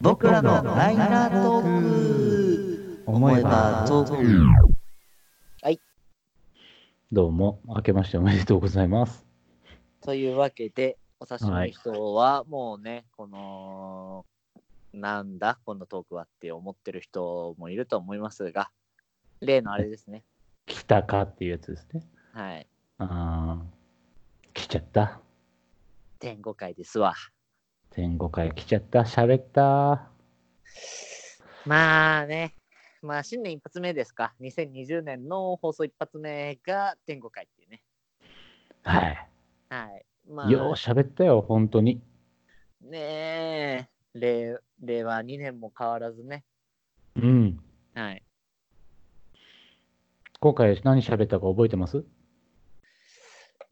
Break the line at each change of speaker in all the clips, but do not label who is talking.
僕らのライナートーク思えばトーク
どうも、明けましておめでとうございます。
というわけで、お刺身の人はもうね、この、なんだ、このトークはって思ってる人もいると思いますが、例のあれですね。
来たかっていうやつですね。
はい。
あー来ちゃった。
天5回ですわ。
前後回来ちゃった。喋った。
まあね、まあ新年一発目ですか。2020年の放送一発目が天5回っていうね。
はい。
はい。まあ、
よう喋ったよ、本当に。
ねえ、令令和2年も変わらずね。
うん。
はい。
今回何喋ったか覚えてます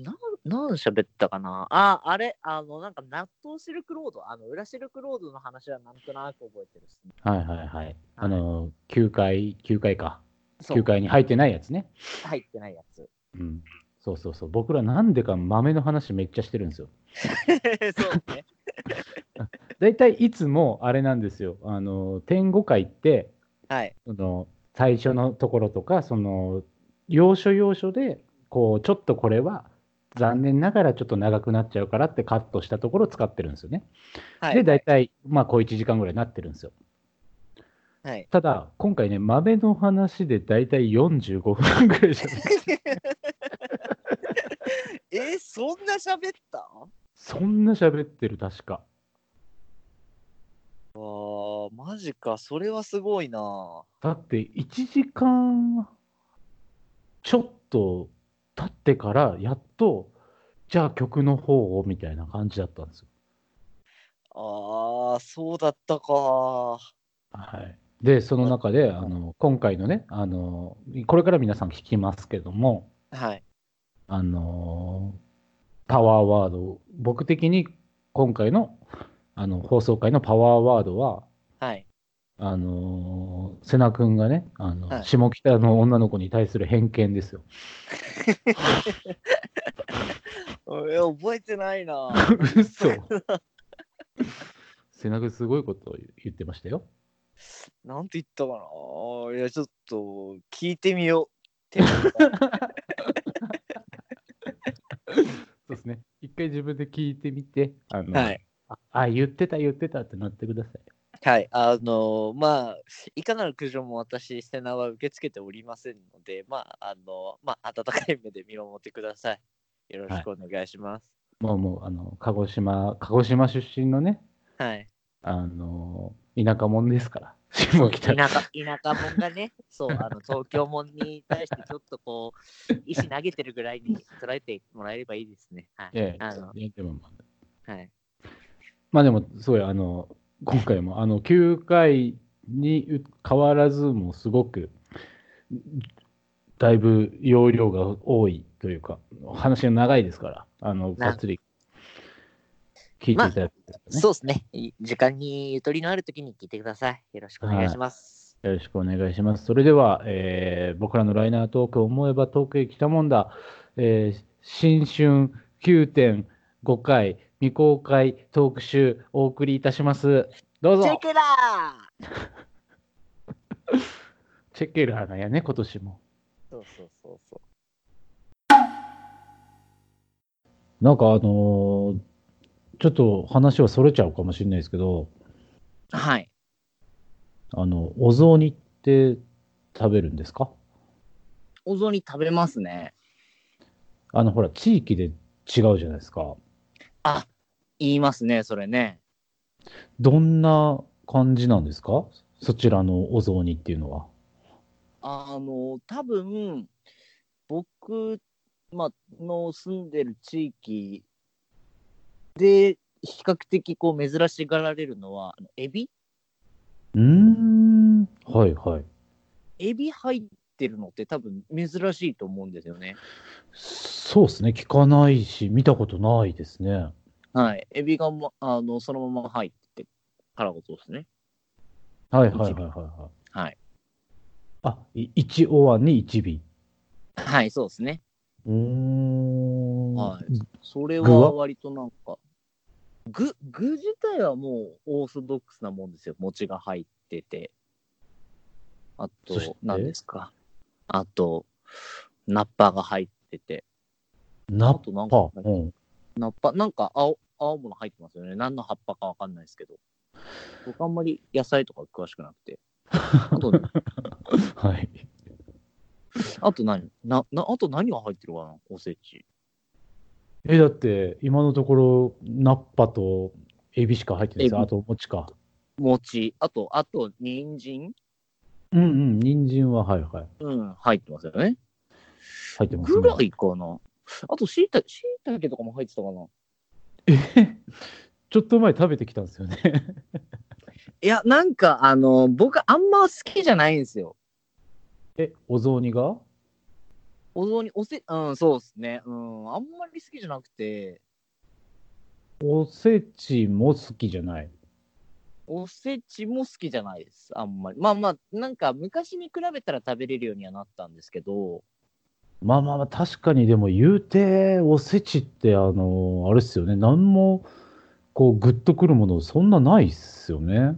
なん、なん喋ったかなあ、あれ、あの、なんか、納豆シルクロード、あの、裏シルクロードの話はなんとなく覚えてるっすね。
はいはいはい。あの、9回、9回か。9回に
入
入ってないやつね。
入ってないやつ。
うん。そうそうそう。僕らなんでか豆の話めっちゃしてるんですよ。
そうね。
大体いつもあれなんですよ。あの、天5回って、
はい。
その最初のところとかその要所要所でこうちょっとこれは残念ながらちょっと長くなっちゃうからってカットしたところを使ってるんですよね。
はい。
で大体まあ小1時間ぐらいになってるんですよ。
はい。
ただ今回ね豆の話で大体45分ぐらいじ ゃない
えーそんな喋ったあ
そんな喋ってる確か。
あ、マジか。それはすごいな。
だって1時間ちょっと経ってからやっとじゃあ曲の方をみたいな感じだったんですよ
ああ、そうだったか。
はい、でその中であの今回のねあのこれから皆さん聞きますけども
はい。
あのパワーワード僕的に今回のあの放送回のパワーワードは
はい。
あの瀬名君がねあの、
はい
下北の女の子に対する偏見ですよ。
えー覚えてないな。
嘘 瀬名君すごいことを言ってましたよ。
なんて言ったかないや、ちょっと聞いてみよう。手を挙げた
そうですね一回自分で聞いてみてあ の、
はい。
ああ言ってた言ってたってなってください。
はい。あのーまあ、いかなる苦情も私、セナは受け付けておりませんので、まあ、あのまあ、温かい目で見守ってください。よろしくお願いします。
もうもうあの鹿児島鹿児島出身のね
はい。
あの田舎者ですから下北
田舎、田舎もんがね、 そう、あの、東京もんに対してちょっとこう、石投げてるぐらいに捉えてもらえればいいですね。はい。
ええ
あの、
いやでもまあ
はい。
まあでもそうやあの今回もあの9回にう変わらずもうすごくだいぶ容量が多いというか話が長いですからあの
な
がっつり聞いていただきたいですね、
そうですね。い時間にゆとりのあるときに聞いてください。よろしくお願いします。
よろしくお願いします。それでは、えー僕らのライナートーク思えば遠くへ来たもんだ、えー新春9.5回未公開トーク集お送りいたします。どう
チェ
ぞ
ケラー
チェケラーなんやね、今年も。
そうそうそうそ
なんかあのーちょっと話はそれちゃうかもしれないですけど、
う。はい。
あの、お雑煮って食べるんですか
お雑煮食べますね。
あの、ほら、地域で違うじゃないですか。
あ、言いますね、それね。
どんな感じなんですかそちらのお雑煮っていうのは。
あの、多分、僕、ま、の住んでる地域で、比較的こう珍しがられるのは、あのエビ
うーん、はいはい。
エビ入ってるのって多分珍しいと思うんですよね。
そうですね、聞かないし、見たことないですね。
はい。エビが、ま、あの、そのまま入ってからこそですね。
はいはいはいはい、はい。
はい。
あ、い一お椀に一尾。
はい、そうですね。
うーん。
はい。それ
具は
は割となんか、具、具自体はもうオーソドックスなもんですよ。餅が入ってて。あ
そして
と、何ですか。あと、ナッパが入ってて。
ナ
あとなん
パ
か、
うん、
ナッパ、なんか青、青物入ってますよね。何の葉っぱかわかんないですけど。僕あんまり野菜とか詳しくなくて。あ と、
はい。
あと何な、な、あと何が入ってるかなおせち。
え、だって、今のところ、ナッパとエビしか入ってないです
エビ
あと、餅か。
餅。あと、あと、人参
うんうん、人参は、はいはい。
うん、入ってますよね。
入ってます
ぐ
ね
ら。いかな。あと、しいたけ、しいたけとかも入ってたかな。
えちょっと前食べてきたんですよね。
いや、なんか、あの、僕、あんま好きじゃないんですよ。
え、お雑煮が
お雑煮、おせ、うん、そうですね。うん、あんまり好きじゃなくて、
おせちも好きじゃない。
おせちも好きじゃないです。あんまり。まあまあ、なんか、昔に比べたら食べれるようにはなったんですけど、
まあまあまあ、確かにでも言うて、おせちって、あの、あれっすよね。何も、こう、グッとくるもの、そんなないっすよね。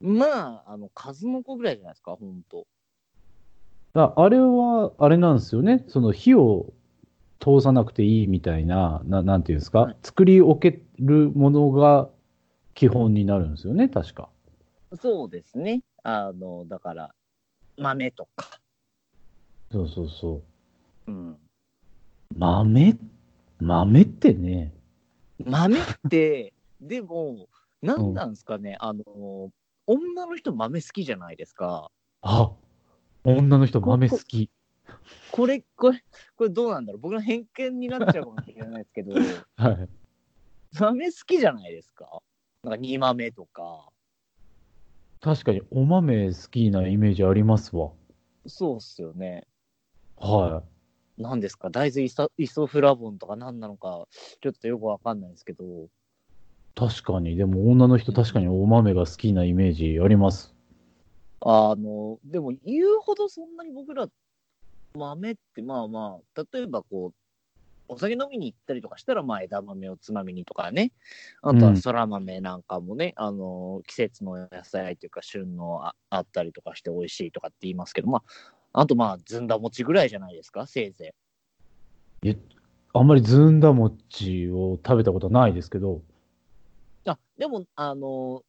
まあ、あの、数の子ぐらいじゃないですか、ほんと。
ああれは、あれなんですよね。その火を通さなくていいみたいな、ななんていうんですか、
はい
作り置けるものが基本になるんですよね、確か。
そうですね。あの、だから、豆とか。
そうそうそう。
うん。
豆、豆ってね、
豆って、でも、なんなんですかね、あの、女の人豆好きじゃないですか。
あ女の人豆好き。
これ、これ、これどうなんだろう僕の偏見になっちゃうかもしれないですけど、
はい。
豆好きじゃないですか。なんか煮豆とか。
確かにお豆好きなイメージありますわ。
そうっすよね。
は
なんですか大豆イソイソフラボンとか何なのか、ちょっとよくわかんないですけど、
い。確かに、でも女の人確かにお豆が好きなイメージあります。
あの、でも言うほどそんなに僕ら、豆ってまあまあ、例えばこう、お酒飲みに行ったりとかしたら、まあ枝豆をつまみにとかね、あと
う
は
ん
そら豆なんかもね、あの、季節の野菜というか旬のああったりとかして美味しいとかって言いますけど、まあ、あとまあ、ずんだ餅ぐらいじゃないですか、せいぜ
あんまりずんだ餅を食べたことはないですけど、
い。あ、でも、あの、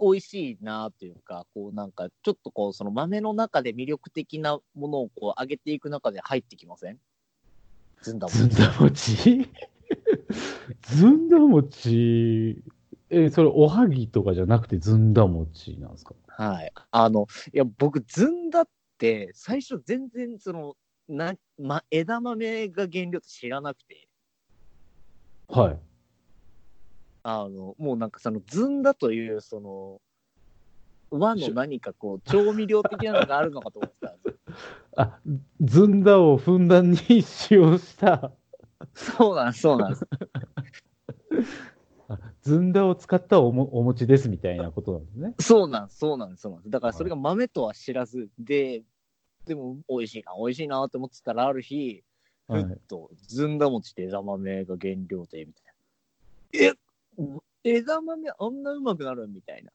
美味しいなというか、こうなんか、ちょっとこう、その豆の中で魅力的なものをこう、上げていく中で入ってきませんずんだ
ずん
餅。
だ餅ずんだ餅、え、それおはぎとかじゃなくてずんだ餅なんですか
はい。あの、いや、僕、ずんだって、最初全然、その、な、ま、枝豆が原料って知らなくて、
はい。
あの、もうなんかその、ずんだという、その、和の何かこう、調味料的なのがあるのかと思ってたん ですよ。
あ、ずんだをふんだんに使用した、
そうなんです、そうなんです。
あずんだを使ったおもお餅ですみたいなことなんですね。
そうなんです、そうなんです、そうなんです。だからそれが豆とは知らず、で、でも、美味しいな、美味しいなって思ってたら、ある日、ふ
はい
っ。と、ずんだ餅って枝豆が原料で、みたいな。え、枝豆あんなうまくなるみたいな。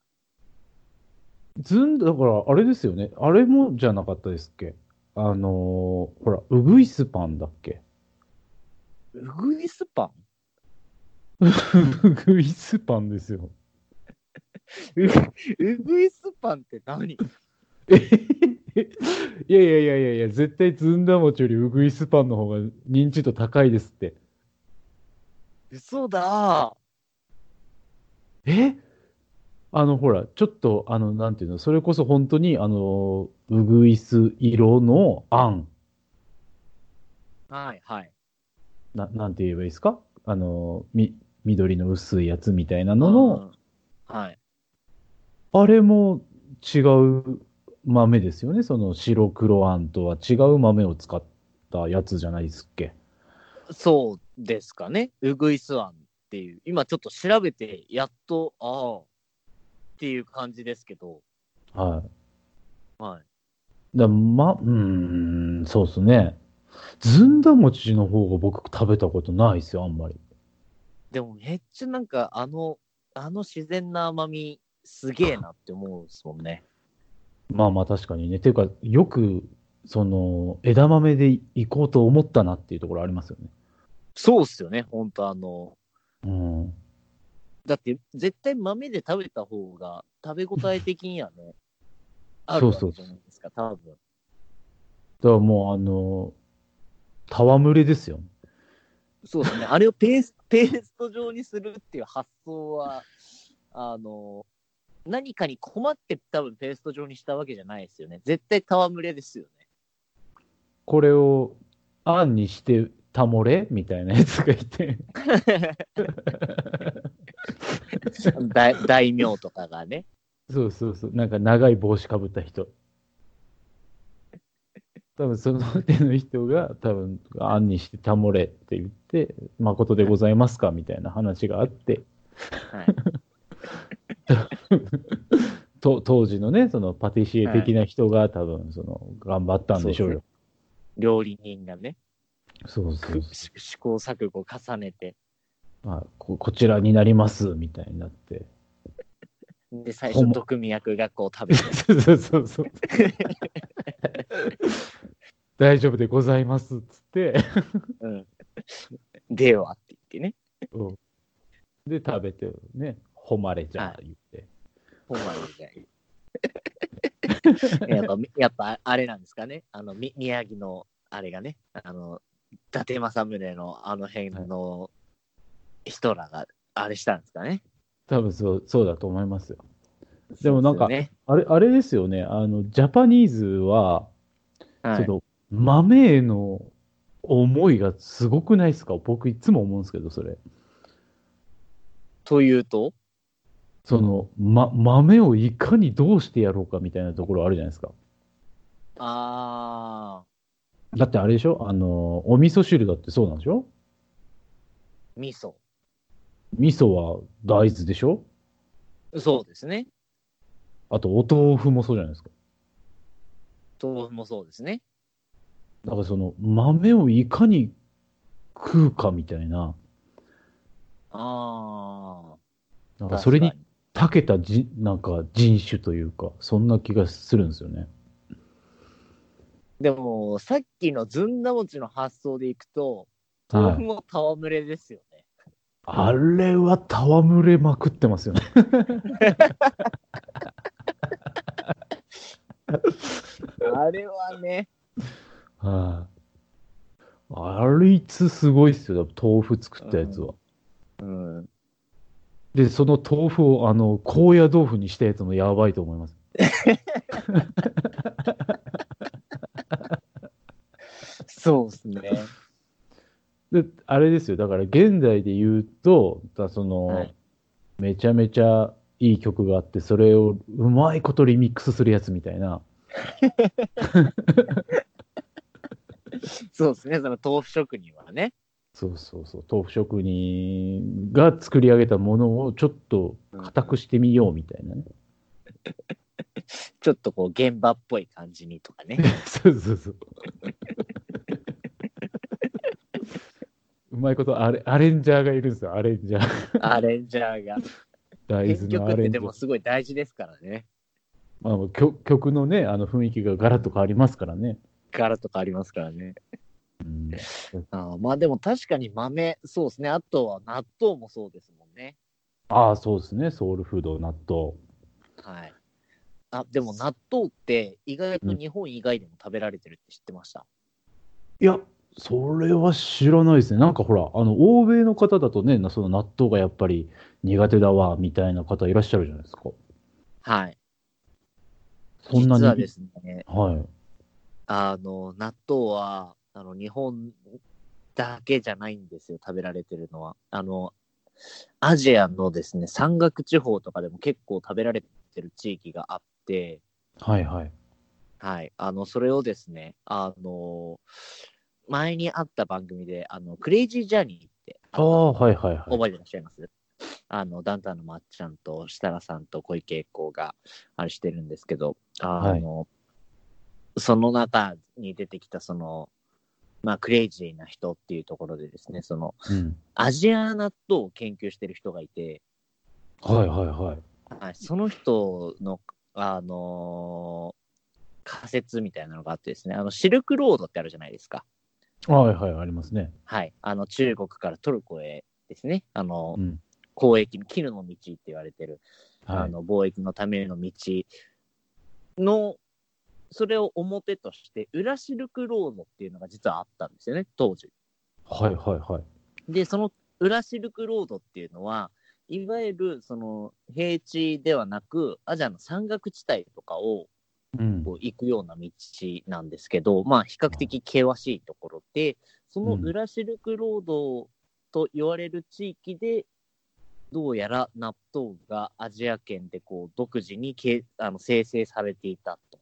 ずんだ、だからあれですよね。あれもじゃなかったですっけあのーほら、うぐいすパンだっけ
うぐいすパン
うぐいすパンですよ。
ううぐいすパンって何
え いやいやいやいやいや、絶対ずんだ餅よりうぐいすパンの方が認知度高いですって。
嘘だ
えあの、ほら、ちょっと、あの、なんていうの、それこそ本当に、あの、うぐいす色のあん、
はいはい。
ななんて言えばいいですかあの、み、緑の薄いやつみたいなのの、
うんはい。
あれも違う豆ですよね。その白黒あんとは違う豆を使ったやつじゃないですっけ。
そうですかね。うぐいすあんっていう。今ちょっと調べて、やっと、ああ、っていう感じですけど。
はい。
はい。
だま、うーん、そうっすね。ずんだ餅の方が僕食べたことないですよ、あんまり。
でもめっちゃなんかあの、あの自然な甘みすげえなって思うんですもんね。
まあまあ確かにね。ていうか、よく、その、枝豆で行こうと思ったなっていうところありますよね。
そうっすよね、ほんとあの、
うん。
だって絶対豆で食べた方が食べ応え的にはね、あるわけじゃないですか、多分。
だからもう、あの、戯れですよ。
そうですね。あれをペース、 ペースト状にするっていう発想は、あの、何かに困って多分ペースト状にしたわけじゃないですよね。絶対戯れですよね。
これを、あんにして、たもれみたいなやつがいて。
大大名とかがね。
そうそうそう。なんか長い帽子かぶった人。多分その手の人が、多分あんにしてたもれって言って、誠でございますかみたいな話があって、
はい。
と当時のね、そのパティシエ的な人が多分、その、頑張ったんでしょうよ。
料理人がね、
そうそうそ
試行錯誤を重ねて、
うまあこ。こちらになります、みたいになって。
で、最
ほ
初、
んま
毒味役がこう 食べて、
そうそうそう そう。大丈夫でございます、っつって。
うん。ではって言ってね、
うんで、食べて、ね、誉れちゃう、言って。
ほんまにね やっぱ、やっぱあれなんですかね、あの、み宮城のあれがね、あの、伊達政宗のあの辺の人らが、あれしたんですかね。
多分そうそうだと思いますよ。でもなん
そ
か
うです
あれあれですよね、あのジャパニーズは、
よねはい
ちょっと豆への思いがすごくないですか僕いつも思うんですけど、それ。
というと、
その、ま、豆をいかにどうしてやろうかみたいなところあるじゃないですか。
あ
だってあれでしょあの、お味噌汁だってそうなんでしょ
ー、味噌。
味噌は大豆でしょ
そうですね。
あとお豆腐もそうじゃないですか。
豆腐もそうですね。
だからその豆をいかに食うかみたいな、
あ
なん
あ。
かそれに
確か
長けたじなんか人種というか、そんな気がするんですよね。
でも、さっきのずんだ餅の発想でいくと、豆
は
腐
い、
も戯れですよね。
あれは戯れまくってますよね。
あれはね、
はいあれいつすごいっすよ、豆腐作ったやつは。
うん。
で、その豆腐をあの高野豆腐にしたやつもやばいと思います。
そうですね。
で、あれですよ、だから現代で言うと、だその、
はい
めちゃめちゃいい曲があって、それをうまいことリミックスするやつみたいな。
そうですね、その豆腐職人はね。
そうそうそう、豆腐職人が作り上げたものをちょっと固くしてみようみたいなね。
ちょっとこう、現場っぽい感じにとかね。
そうそうそう。うまいことアレアレンジャーがいるんですよ、アレンジャー。
アレンジャーが。
大
編
豆の
曲
ア
っ
レ
て
ンジ
で
ャー
も。すごい大事ですからね。
まあ、曲曲のね、あの雰囲気がガラッと変わりますからね。
柄とかありますからね。
うん、
あーまあでも確かに豆、そうですね。あとは納豆もそうですもんね。
ああ、そうですね、ソウルフード、納豆。
はい。あ、でも納豆って意外と日本以外でも食べられてるって知ってました。
いや、それは知らないですね。なんかほら、あの、欧米の方だとね、なその納豆がやっぱり苦手だわ、みたいな方いらっしゃるじゃないですか。
はい。
そんなに。
実はですね、
はい。
あの、納豆は、あの、日本だけじゃないんですよ、食べられてるのは。あの、アジアのですね、山岳地方とかでも結構食べられてる地域があって、
はいはい。
はい。あの、それをですね、あの、前にあった番組で、あの、クレイジージャーニーってあった
あ
の
あ、はいはいはい。
覚えてらっしゃいますあの、ダウンタウンのまっちゃんと設楽さんと小池栄子があれしてるんですけど、あの、その中に出てきたその、まあ、クレイジーな人っていうところでですね、その、
うん。
アジア納豆を研究してる人がいて、
はいはいはい。
はい、その人の、あのー仮説みたいなのがあってですね、あの、シルクロードってあるじゃないですか。
はいはい、ありますね。
はい。あの、中国からトルコへですね、あの、
うん。
交易の絹の道って言われてる、
は
あ
い。
の貿易のための道のそれを表として裏シルクロードっていうのが実はあったんですよね当時。
はいはいはい。
でその裏シルクロードっていうのはいわゆるその平地ではなくアジアの山岳地帯とかを
うん
こう行くような道なんですけど、まあ、比較的険しいところでその裏シルクロードと言われる地域で、どうやら納豆がアジア圏でこう独自にけあの生成されていたと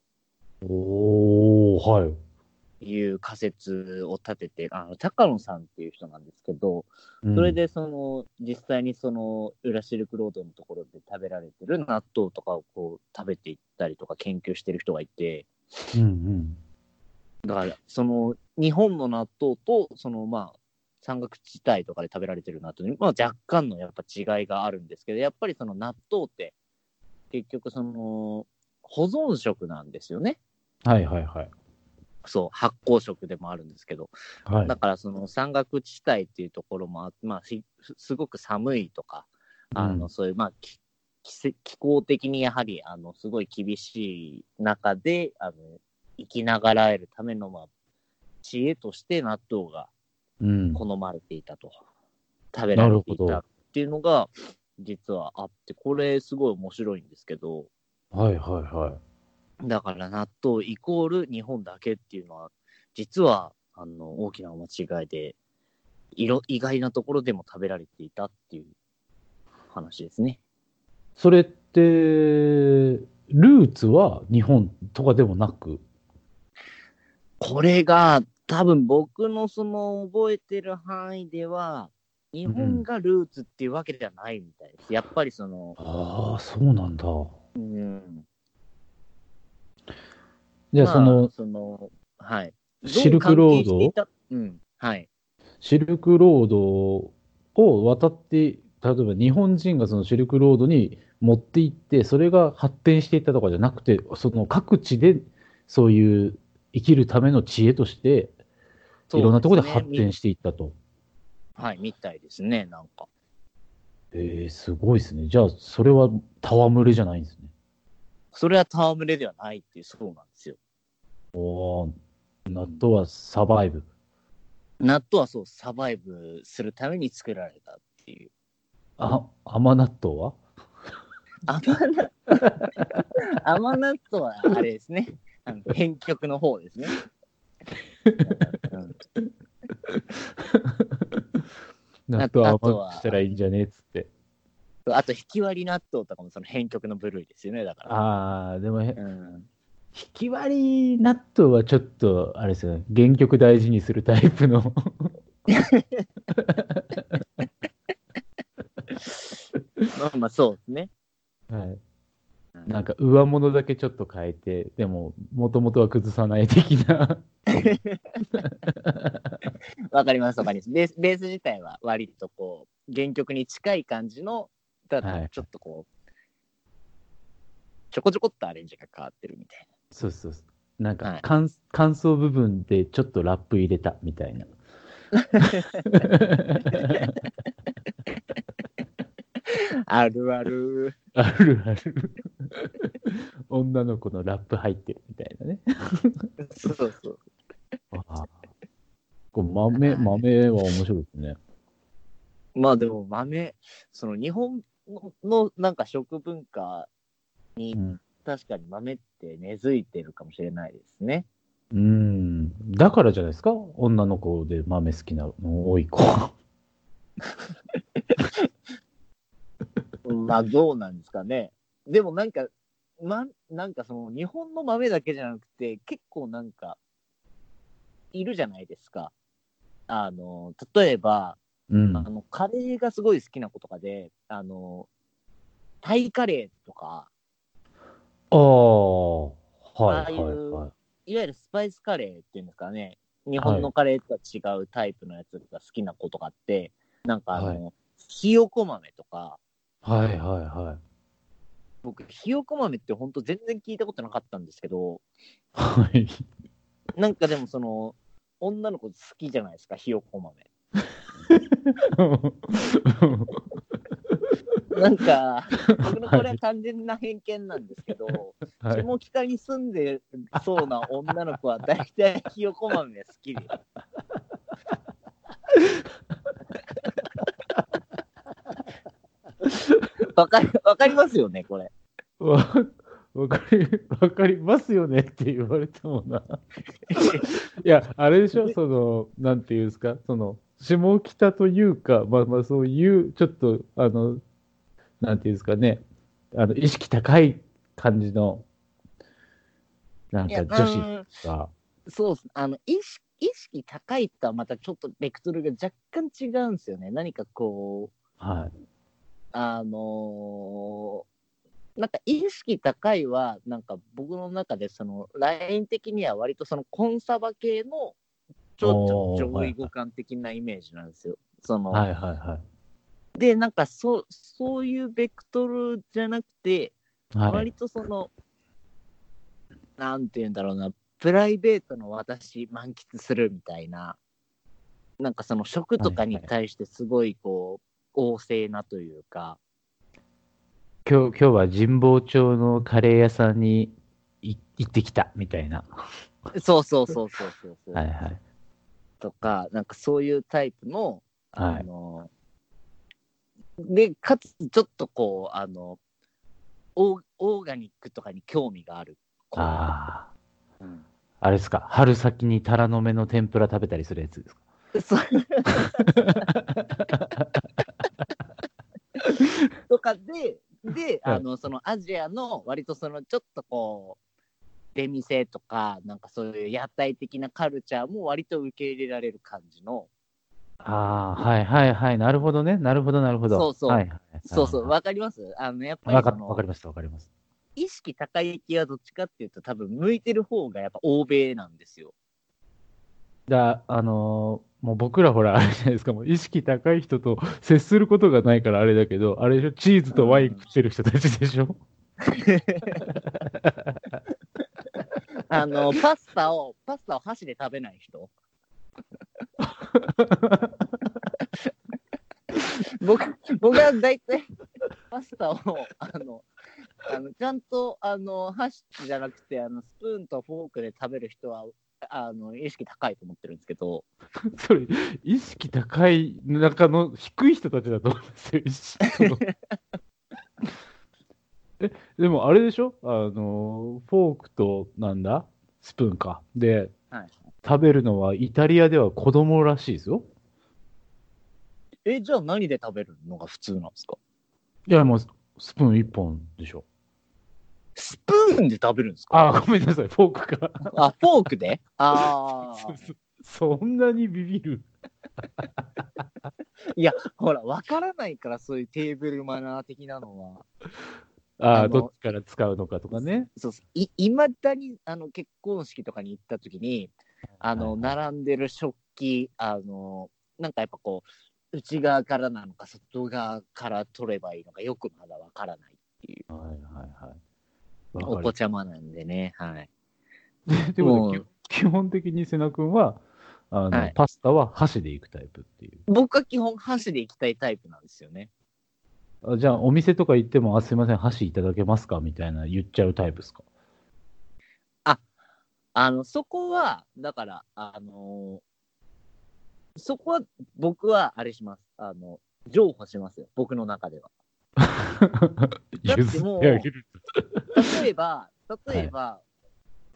おー、はい。
いう仮説を立ててあの高野さんっていう人なんですけど
うん
それ、でその、実際にその裏シルクロードのところで食べられてる納豆とかをこう食べていったりとか研究してる人がいて。
うんうん。
だから、その、日本の納豆と、その、まあ、山岳地帯とかで食べられてる納豆に、まあ、若干のやっぱ違いがあるんですけど、やっぱりその納豆って、結局その、保存食なんですよね。
はいはいはい。
そう、発酵食でもあるんですけど。
はい
だ。から、その山岳地帯っていうところもあまあ、ひすごく寒いとか、あ
う
の、
ん
そういう、まあ、き気せ気候的にやはり、あの、すごい厳しい中で、あの、生きながらえるための、まあ、知恵として納豆が
うん。
好まれていたと。食べられていたっていうのが、実はあって、これすごい面白いんですけど、
はいはいはい。
だから納豆イコール日本だけっていうのは、実は、あの、大きな間違いで、いろ、意外なところでも食べられていたっていう話ですね。
それって、ルーツは日本とかでもなく、
これが多分僕のその覚えてる範囲では、日本がルーツっていうわけではないみたいです。やっぱりその、
ああ、そうなんだ。
うん。
じゃあ、そ
ま
の、
その、はい。
シルクロー
どう関係してい
ド、
たうん。はい。
シルクロードを渡って、例えば日本人がそのシルクロードに持って行って、それが発展していったとかじゃなくて、その各地でそういう生きるための知恵として、いろんなところで発展
し
していったと。
はい、みたいですね、なんか。
えー、すごいですね。じゃあ、それは戯れじゃないんですね。
それは戯れではないっていう、そうなんですよ。
おー納豆はサバイブ。
納豆はそう、サバイブするために作られたっていう。
あ、甘納豆は
甘納 甘納豆はあれですね。あの編曲の方ですね。うん
納豆
納
は
豆
甘
は
くしたらいいんじゃねっつって。
あと、引き割り納豆とかもその編曲の部類ですよね、だから。
ああ、でもへ、
うん、
引き割り納豆はちょっと、あれですよね、原曲大事にするタイプの。
まあまあ、そうですね。
は
う
い。
ん
なんか、上物だけちょっと変えて、でも、もともとは崩さない的な。
わかります、わかります。ベースベース自体は割とこう、原曲に近い感じの、た
はい
だちょっとこう、ちょこちょこっとアレンジが変わってるみたい
そうそうそう。なん
は
か
い
感、感想部分でちょっとラップ入れたみたい な。
な。あるある。
あるある。女の子のラップ入ってるみたいなね。
そうそう。
ああこう豆、豆は面白いですね。
まあでも豆、その日本ののなんか食文化に
うん
確かに豆って根付いてるかもしれないですね。
うん。だからじゃないですか女の子で豆好きなの多い子。
まあどうなんですかね。でもなんか、ま、なんかその日本の豆だけじゃなくて結構なんかいるじゃないですか。あの、例えば、
うん。
あ
は
の、カレーがすごい好きな子とかで、あの、タイカレーとか、
ああ、はいはい
ああい
は
ういわゆるスパイスカレーっていうんですかね、日本のカレーとは違うタイプのやつが好きな子とかって、なんかあの、ひよこ豆とか、
はいはいはい。
僕、ひよこ豆って本当全然聞いたことなかったんですけど、
はい。
なんかでもその、女の子好きじゃないですか、ひよこ豆。なん か、僕のこれは単純な偏見なんですけど、
はい、
下北に住んでそうな女の 子は大体ひよこ豆好きで。わかりわかりますよね、これ。
わ わかり、わかりますよねって言われてもな。いや、あれでしょ、その、なんていうんですか、その、下北というか、まあまあそういう、ちょっと、あの、なんていうんですかね、あの、意識高い感じの、なん
いや
か
う
女子
ーん
が、
そうっすあの意識、意識高いとはまたちょっとベクトルが若干違うんですよね。何かこう、
はい。
あのーなんか意識高いは、なんか僕の中でその、ライン的には割とそのコンサバ系の、ちょ
お
っ
ー
と上位互換的なイメージなんですよ。その、
はいはいは
で、なんかそう、そういうベクトルじゃなくて、
い。はい、
割とその、なんて言うんだろうな、プライベートの私満喫するみたいな、なんかその食とかに対してすごいこう、旺盛なというか、
今日、今日は神保町のカレー屋さんにい行ってきた、みたいな。
そうそうそうそうそうそう、
はいはい。
とか、なんかそういうタイプの、
はい
あの、で、かつちょっとこう、あの、オーオーガニックとかに興味がある子。
ああ。
うん
あれですか、春先にタラの芽の天ぷら食べたりするやつですか。
そうとかで、で、
はい
あの、そのアジアの割とそのちょっとこう、出店とか、なんかそういう屋台的なカルチャーも割と受け入れられる感じの、
ああ、はいはいはい、なるほどね、なるほど、なるほど。
そうそう
はいはいはい
そうそう、
わ
わかりますあの、やっぱり
か
そ
っわ
の
か、ります、わかります。
意識高い系はどっちかっていうと、多分向いてる方がやっぱ欧米なんです よ。
だあのーもう僕らほら、あれじゃないですか、もう意識高い人と接することがないからあれだけど、あれでしょ、チーズとワイン食ってる人たちでしょ。
あの、パスタを、パスタを箸で食べない 人。僕、僕は大体、パスタを、あの、あのちゃんと、あの、箸じゃなくて、あの、スプーンとフォークで食べる人は、あの、意識高いと思ってるんですけど、
それ、意識高い中の低い人たちだと思うんですよ、意識 のえ、でもあれでしょあの、フォークと、なんだスプーンか。で、
はい
食べるのはイタリアでは子供らしいですよ。
え、じゃあ何で食べるのが普通なんですか
いや、もう、スプーン一本でしょ。
スプーンで食べるんですか
あ、ごめんなさい、フォークか。
あ、 フォークで ああ。
そんなにビビる
ほら、わからないから、そういうテーブルマナー的なのは。あ
あ
の
どっちから使うのかとかね。
そうそうい、いまだに、あの、結婚式とかに行った時に、あの、
はい
並んでる食器、あの、なんかやっぱこう、内側からなのか、外側から取ればいいのか、よくまだわからない。
はいはいはい。
お
わか
子ちゃまなんでね、はい。
る。 でも、
もう
基本的に瀬名君は、あの、
はい
パスタは箸でいくタイプっていう。
僕は基本、箸で行きたいタイプなんですよね。
あじゃあ、お店とか行っても、あ、すいません、箸いただけますかみたいな言っちゃうタイプですか。
あの、そこは、だから、あのそこは、僕は、あれします。あの、譲歩しますよ。僕の中では。 だって
譲
もう
ってあげる。
例えば、例えば、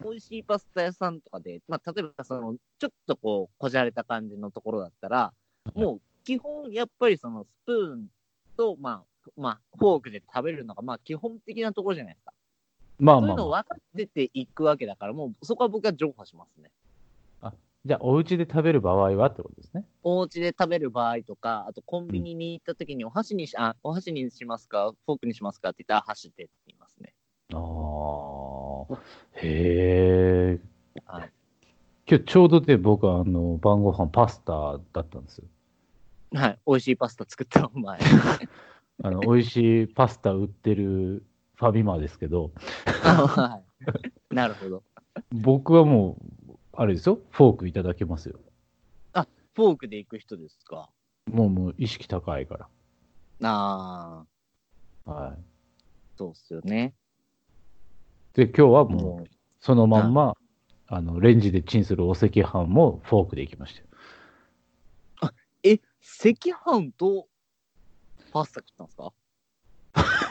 美味しいパスタ屋さんとかで、まあ、例えば、その、ちょっとこう、こじゃれた感じのところだったら、
い
もう、基本、やっぱりその、スプーンと、まあ、まあ、フォークで食べるのが、まあ、基本的なところじゃないですか。
まあ
そうい
ま
う
あ、ま
の
あ。
分かってていくわけだから、もう、そこは僕は譲歩しますね。
じゃあ、お家で食べる場合はってことですね。
お家で食べる場合とか、あとコンビニに行った時にお箸にし、あ、お箸にしますか、フォークにしますかって言ったら、箸でって言いますね。
ああ。へえ。
はい
今日ちょうどで僕はあの晩ご飯パスタだったんですよ。
はい。美味しいパスタ作ったお前。
あの美味しいパスタ売ってるファミマですけど、
はい。なるほど。
僕はもう、あれですよ、フォークいただけますよ。
フォークで行く人ですか。
もうもう意識高いか
ああ、
ら。はい。
そうっすよね。
で、今日はもう
も
そのまんま、あの、レンジでチンするお赤飯もフォークでいきましたよ。
う、え、赤飯とパスタ食ったんですか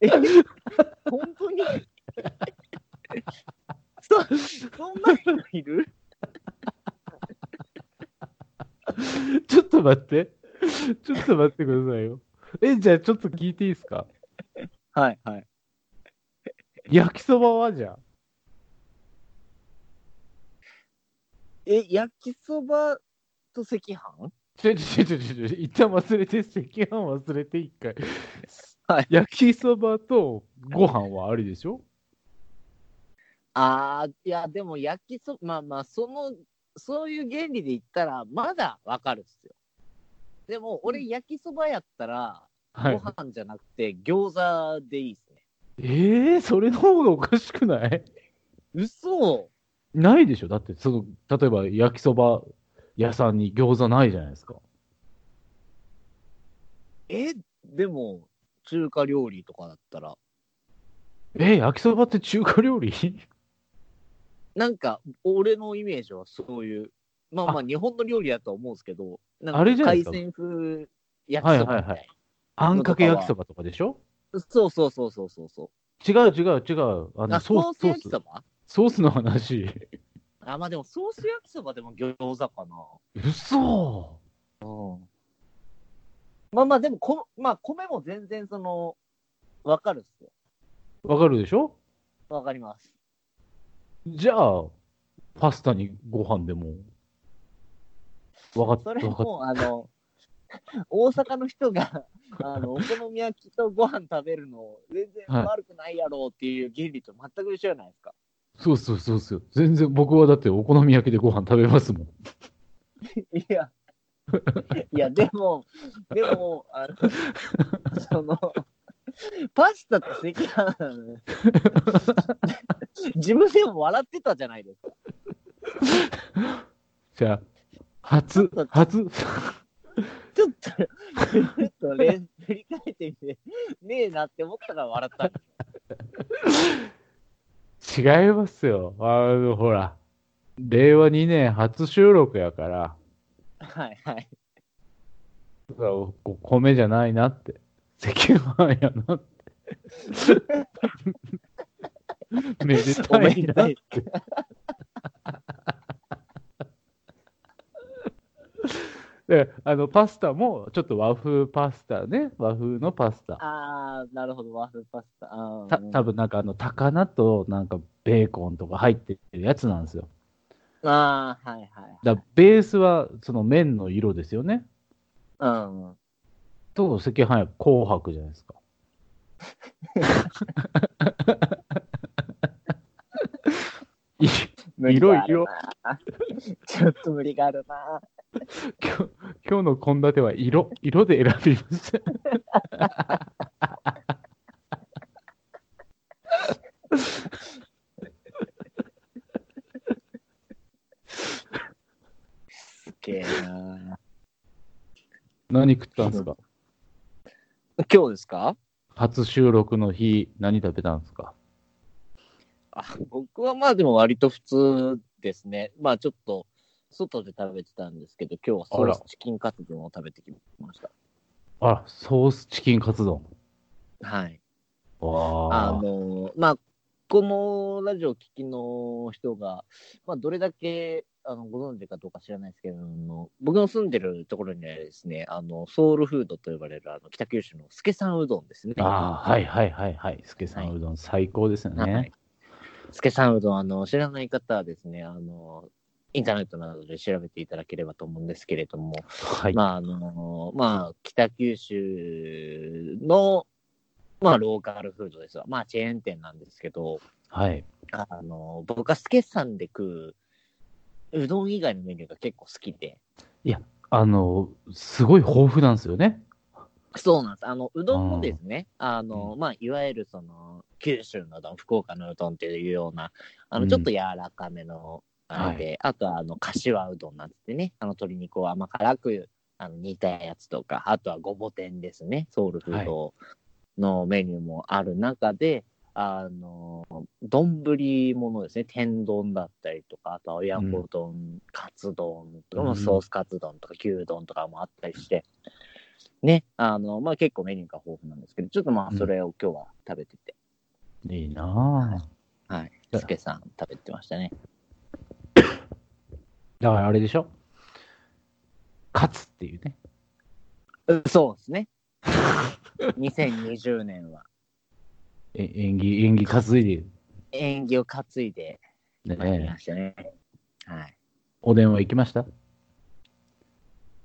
え、本当にそ、そんな人いる
ちょっと待って。ちょっと待ってくださいよ。え、じゃあちょっと聞いていいですか
はいはい。
焼きそばはじゃあ。
え、焼きそばと赤飯
ちょちょちょちょちょ、一旦忘れて、赤飯忘れて、一回。
はい
焼きそばとご飯はあれでしょ
ああ、いや、でも焼きそ、まあまあ、その、そういう原理で言ったら、まだわかるっすよ。でも、俺、焼きそばやったら、ご
はい。
飯じゃなくて、餃子でいいっすね。
えー、それの方がおかしくない
嘘
ないでしょだって、その、例えば焼きそば屋さんに餃子ないじゃないですか。
え、でも、中華料理とかだったら、
えー、焼きそばって中華料 理
なんか、俺のイメージはそういう、まあまあ、日本の料理だとは思うんですけど、なんか
あれじゃない
海
ですか
鮮風焼きそばみたいな。
はいはいはいあんかけ焼きそばとかでしょ
そうそうそうそうそうそう。
違う違う違う。あの
あ、ソース焼きそ
ソース
ば
ソースの話。
あ、まあでも、ソース焼きそばでも餃子かな。
嘘
うんまあまあ、でもこ、まあ、米も全然、その、わかるっすよ。
わかるでしょ
わかります。
じゃあ、パスタにご飯でも。わか
そ
っ
れ
た、わかっ
も、あの、大阪の人が、あの、お好み焼きとご飯食べるの、全然
はい
悪くないやろうっていう原理と全く一緒じゃないですか。
た。そうそうそうそう。全然僕はだってお好み焼きでご飯食べますもん。
いや、いや、でも、でも、あの、その、パスタと赤飯、自分でも笑ってたじゃないですか。
じゃあ、初、初、
ちょっと、ちょっとね、振り返ってみて、ねえなって思ったから笑ったんです。
違いますよ。あの、ほら。令和2年初収録やから、
はいはい。
だからお米じゃないなって。赤飯やなって。めで
お
た
め
い
で
な
た
っ
い。
で、あの、パスタも、ちょっと和風パスタね。和風のパスタ。
あー、なるほど、和風パスタ。あー
た多分なんかあの、高菜となんかベーコンとか入ってるやつなんですよ。
あー、はいはい。
だからベースはその麺の色ですよね。
うん。
と、赤飯は紅白じゃないですか。
無理があ
いいろ
るな。ちょっと無理があるな。
今日今日の献立は色、色で選びました。
すげえな。
何食ったんですか
今日ですか
初収録の日、何食べたんですか
あ僕はまあでも割と普通ですね。まあちょっと、外で食べてたんですけど、今日はソー
あ
ス
ら
チキンカツ丼を食べてきました。
あら、ソースチキンカツ丼。
はい。あ
わあ。
のまあ、このラジオを聞きの人が、まあ、どれだけあのご存知かどうか知らないですけれども、僕の住んでるところにはですね、あのソウルフードと呼ばれるあの北九州の助さんうどんですね。
ああ、はいはいはいはい。すけさんうどん、最高ですよ
は
ね
い。助さんうどん、あの知らない方はですね、あのインターネットなどで調べていただければと思うんですけれども、
はい。
まあ、あのまあ、北九州の、まあ、ローカルフードですわ。まあ、チェーン店なんですけど、
はい。
あの、僕はスケさんで食う、うどん以外のメニューが結構好きで。
あの、すごい豊富なんですよね。
そうなんです。あの、うどんもですね、あの、まあ、いわゆるその、九州のうどん、福岡のうどんっていうような、あ
う
の、
ん
ちょっと柔らかめの、あれで、あとはあの、柏うどんなんつってね、あの、鶏肉を甘辛く、あの、煮たやつとか、あとはごぼ天ですね、ソウルフードのメニューもある中で、あの、丼ものですね、天丼だったりとか、あとは親子丼、カツ丼とか、
うん
ソースカツ丼とか、牛丼とかもあったりして、ね、あの、まあ結構メニューが豊富なんですけど、ちょっとま
う
あ
ん
それを今日は食べてて、
いいなぁ。
はい、
だ
すけさん食べてましたね。
だからあれでしょ勝つっていうね。
うそうです ね。2020年は
え演技、演技担いでる。
縁起を担いでまいり
ね
ましたね。はい。
お電話行きました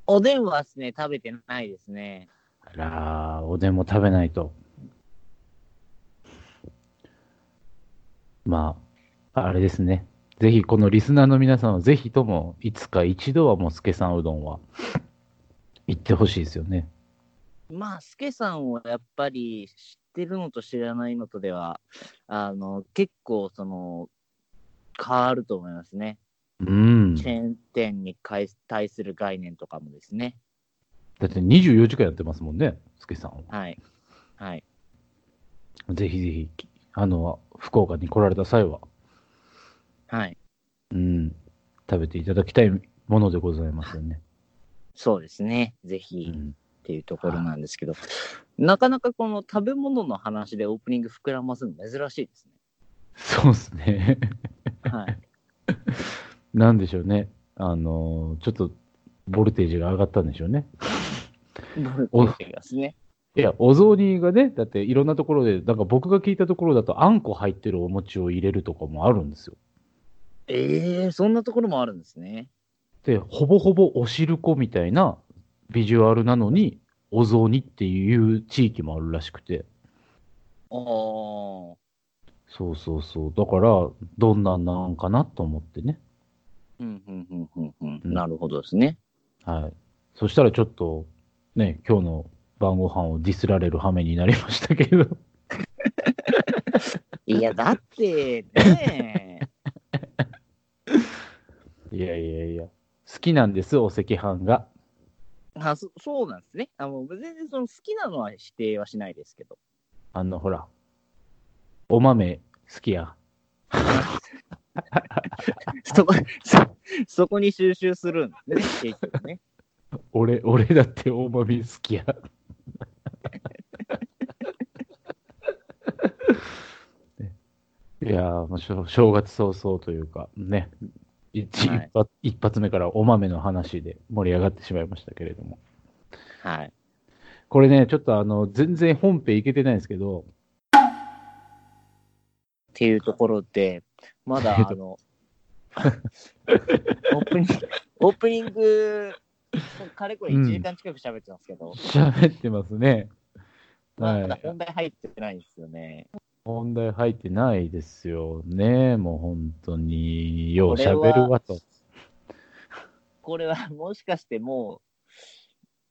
おでんはですね、食べてないですね。
あらー、おでんも食べないと。まあ、あれですね。ぜひ、このリスナーの皆さんは、ぜひとも、いつか一度はもう、すけさんうどんは、行ってほしいですよね。
まあ、すけさんをやっぱり知ってるのと知らないのとでは、あの、結構その、変わると思いますね。
うん。
チ
だ
ェーン店に対対する概念とかもですね。
って24時間やってますもんね、すけさんは。
はい。はい。
ぜひぜひ、あの、福岡に来られた際は、
はい。
うん、食べていただきたいものでございますよね。
そうですね。ぜ
う
ひ
ん、
っていうところなんですけど、なかなかこの食べ物の話でオープニング膨らますの珍しいです
そうですね。
ね。はい。
なんでしょうね。あのーちょっと、ボルテージが上がったんでしょうね。
ボルテージがです ね。
いや、お雑煮がね、だっていろんなところで、なんか僕が聞いたところだと、あんこ入ってるお餅を入れるとかもあるんですよ。
ええー、そんなところもあるんですね。
で、ほぼほぼお汁粉みたいなビジュアルなのに、お雑煮っていう地域もあるらしくて。
おー。
そうそうそう。だから、どんなんなんかなと思ってね。
うんうんうんうんうん
うん
なるほどですね。
はい。そしたらちょっと、ね、今日の晩ご飯をディスられる羽目になりましたけど。
いや、だってね、
いやいやいや。好きなんです、お赤飯が。
あそそうなんですね。あの全然その好きなのは否定はしないですけど。
あの、ほら。お豆、好きや。
そこ、そ そこに収集するんですね、結局ね。
俺、俺だって大豆好きや。ねいやーもうしょ正月早々というか、ね、一,、
はい
発一発目からお豆の話で盛り上がってしまいましたけれども。
はい。
これね、ちょっとあの、全然本編いけてないんですけど、
っていうところで、まだ
えっと
あの、オープニング、オープニング、かれこれ
う
1
ん
時間近く喋ってますけど、
喋ってますね。は
まだ
い。
本題入ってないんですよね。
問題入ってないですよね。もう本当に、よう
これは
喋るわと。
これはもしかしてもう、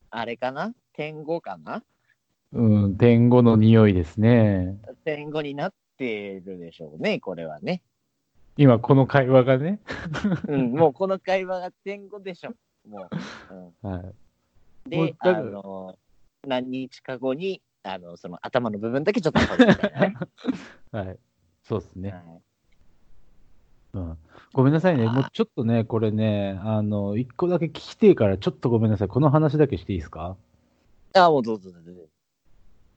あれかな天狗かな
うん、天狗の匂いですね。
天狗になってるでしょうね、これはね。
今この会話がね、
うん、もうこの会話が天狗でしょ。もう。うん
はい、もう
で、
だ
あ
から
の、何日か後に、あの、その頭の部分だけちょっと取るみたいなね。
はい、そうです ね、
はい
うん。ごめんなさいね、もうちょっとね、これね、あの、一個だけ聞きてえから、ちょっとごめんなさい、この話だけしていいですか
あ、もうどうぞどうぞどうぞ。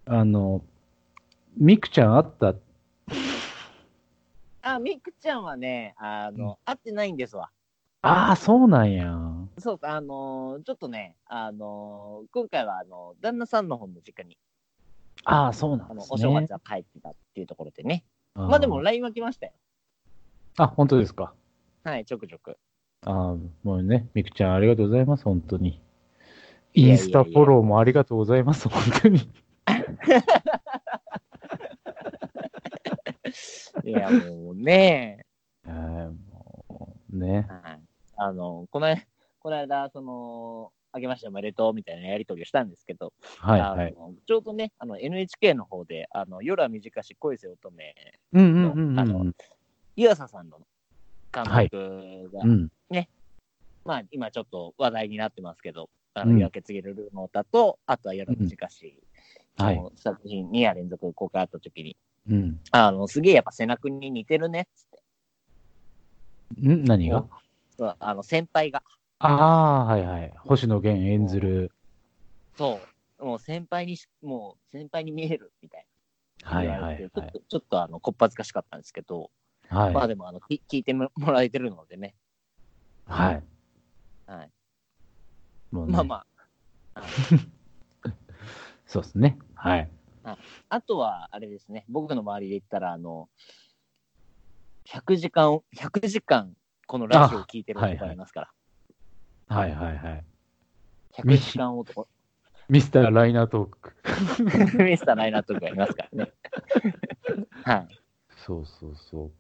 あの、みくちゃんあった
あ、みくちゃんはね、あの、会ってないんですわ。
ああ、そうなんや。
そう、あのーちょっとね、あのー今回は、あの、旦那さんの方の実家に、
ああ、そうな
あ
んで
の、
す
お
ね。
正月は帰ってたっていうところでね。
あー
まあでも、LINE は来ましたよ。
あ、本当ですか。
はい、ちょくちょく。
ああ、もうね、みくちゃんありがとうございます、本当に。
いやいやい
イ
や
ンスタフォローもありがとうございます、本当に。
いや、もう ね、
えーもうね。
はいあの、この、この間、その、あげましておめでとうみたいなやりとりをしたんですけど、
はい
あの
はい。
ちょうどね、あの NHK の方で、あの夜は短し恋せ乙女、
うん
うんうんうんあの湯浅さんの監督が、
うん。
まあ今ちょっと話題になってますけど、あ
う
の
ん
夜明け告げるの歌と、あとは夜は短し、
は
あ
い。
の作品2夜連続公開あった時に、
うん。
あのすげえやっぱ瀬名君に似てるねっつって
ん何が
そう、あの先輩が、
ああー、はいはい。星野源演ずる。
そう、もう先輩にし、もう先輩に見えるみたいな。
はいはいはい
言われてちょっ。とちょっとあの、こっぱずかしかったんですけど、まあ
はい。
でもあの、き聞いてもらえてるのでね、
はい。
はい。
もうね
まあまあ、
そうですね。はい。
あとは、あれですね、僕の周りで言ったら、あの、100時間を、100時間、このラジオを聞いてる
あはい
男がいますから、
はいはいはい。
100時間男、
ミスターライナートーク。
ミスターライナーとかいますから ね。はい。
そうそうそう。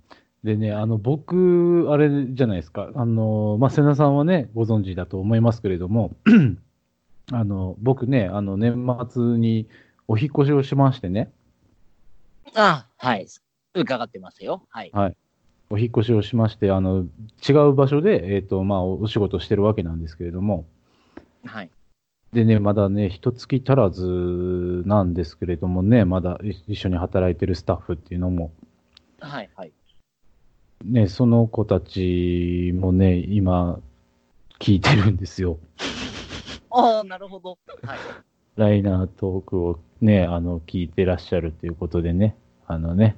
でね、あの、僕、あれじゃないですか。あの、まあ、瀬名さんはね、ご存知だと思いますけれども、 あの、僕ね、あの、年末にお引っ越しをしましてね、
あはい。伺ってますよ。はい。
お引っ越しをしまして、あの、違う場所で、えっ、と、まあ、お仕事をしてるわけなんですけれども、
はい。
でね、まだね、一月足らずなんですけれどもね、まだ一一緒に働いてるスタッフっていうのも、
はい。はい。
ね、その子たちもね、今、聞いてるんですよ。
ああ、なるほど。はい。
ライナートークをね、あの、聞いてらっしゃるということでね、あのね、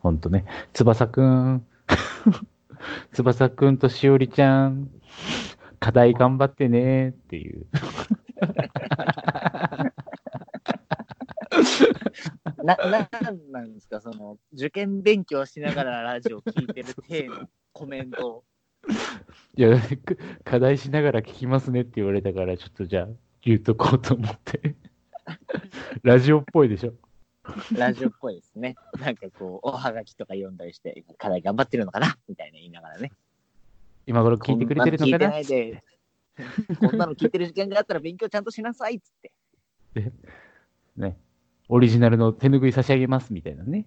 ほんとね、翼くん、 翼くんとしおりちゃん、課題頑張ってねっていう。
な、なんなんですか、その、受験勉強しながらラジオ聞いてる体のコメント。
いや、く課題しながら聞きますねって言われたから、ちょっとじゃあ、言うとこうと思 って。ラジオっぽいでしょ。
ラジオっぽいですね。 なんかこう、おはがきとか読んだりして、課題頑張ってるのかなみたいな言いながらね。
今頃聞いてくれてるのかな
こんなの聞いてない で、こんなの聞いてる時間があったら勉強ちゃんとしなさいっつって。
ね。オリジナルの手拭い差し上げますみたいなね。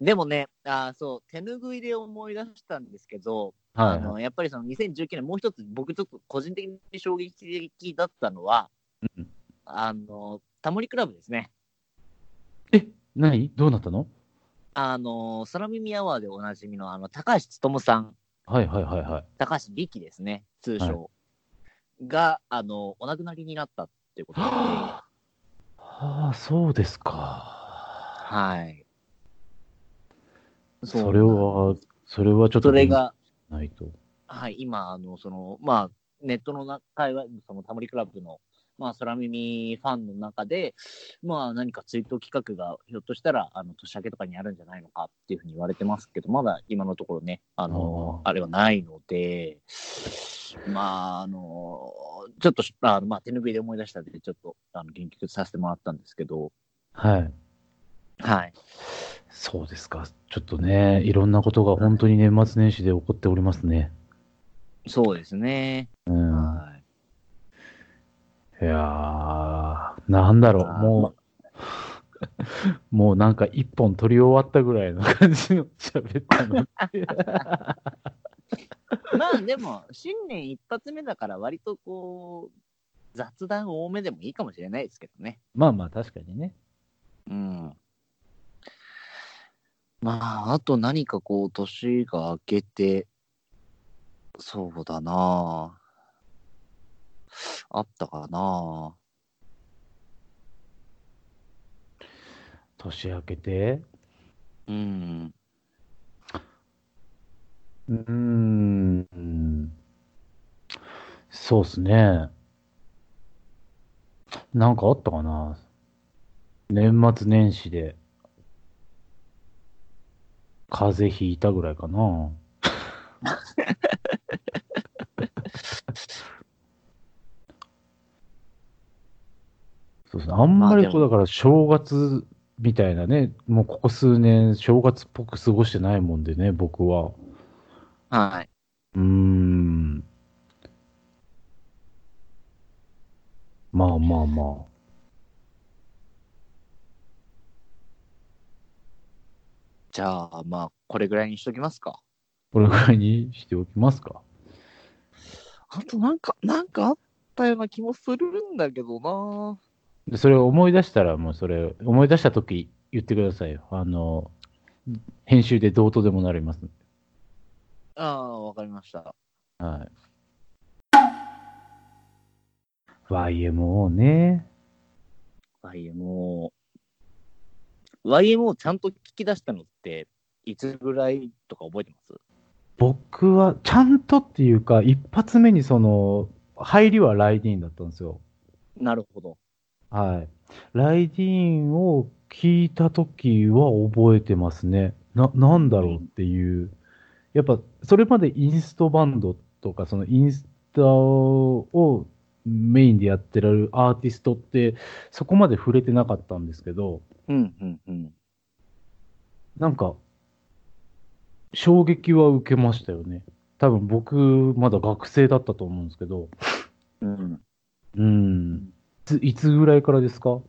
でもね、あーそう、手拭いで思い出したんですけど、
は
あ
い、は
のやっぱりその2019年、もう一つ僕ちょっと個人的に衝撃的だったのは、
い。
あの、タモリクラブですね。
え、何どうなったの
あの、空耳アワーでおなじみの、あの、高橋勉さん。
はいはいはいはい。
高橋力ですね、通称、が、あの、お亡くなりになったっていうことで、
はあ、そうですか。
はい。
そうれは、それはちょっと
それが、
ないと。
はい、今、あの、その、まあ、ネットの中は、そのタモリクラブの、まあ、空耳ファンの中で、まあ、何か追悼企画が、ひょっとしたら、あの、年明けとかにあるんじゃないのかっていうふうに言われてますけど、まだ今のところね、あの、
あ
あれはないので、まあ、あの、ちょっとし、あのまあ、手拭いで思い出したんで、ちょっと、あの、言及させてもらったんですけど、
はい。
はい。
そうですか。ちょっとね、いろんなことが本当に年末年始で起こっておりますね。
そうですね。
うん。
はい。
いやー、なんだろう、
あー
もう、 もうなんか一本取り終わったぐらいの感じの喋ったの。
まあでも、新年一発目だから、割とこう、雑談多めでもいいかもしれないですけどね。
まあまあ、確かにね。
うん。まあ、あと何かこう、年が明けて、そうだなああったかな
年明けて、
うん。
うーん、そうっすね。なんかあったかな。年末年始で、風邪ひいたぐらいかな。そうですね。あんまり
まあで
こう、
も
だから正月みたいなね、もうここ数年、正月っぽく過ごしてないもんでね、僕は。
はい。
うーん。まあまあまあ。
じゃあ、まあ、これぐらいにしときますか。
これぐらいにしておきますか。
あと、なんか、なんかあったような気もするんだけどな。
でそれを思い出したら、もうそれ、思い出したとき言ってくださいよ。あの、編集でどうとでもなりますんで。
ああ、わかりました。
はい。YMO ね。
YMO。YMO ちゃんと聞き出したのって、いつぐらいとか覚えてます
僕は、ちゃんとっていうか、一発目にその、入りはライディーンだったんですよ。
なるほど。
はい。ライディーンを聞いたときは覚えてますね。な、なんだろうっていう。やっぱ、それまでインストバンドとか、そのインスタをメインでやってるアーティストって、そこまで触れてなかったんですけど、
うん、うん、うん。
なんか、衝撃は受けましたよね。多分僕、まだ学生だったと思うんですけど、
うん、
うん。いついつぐらいからですか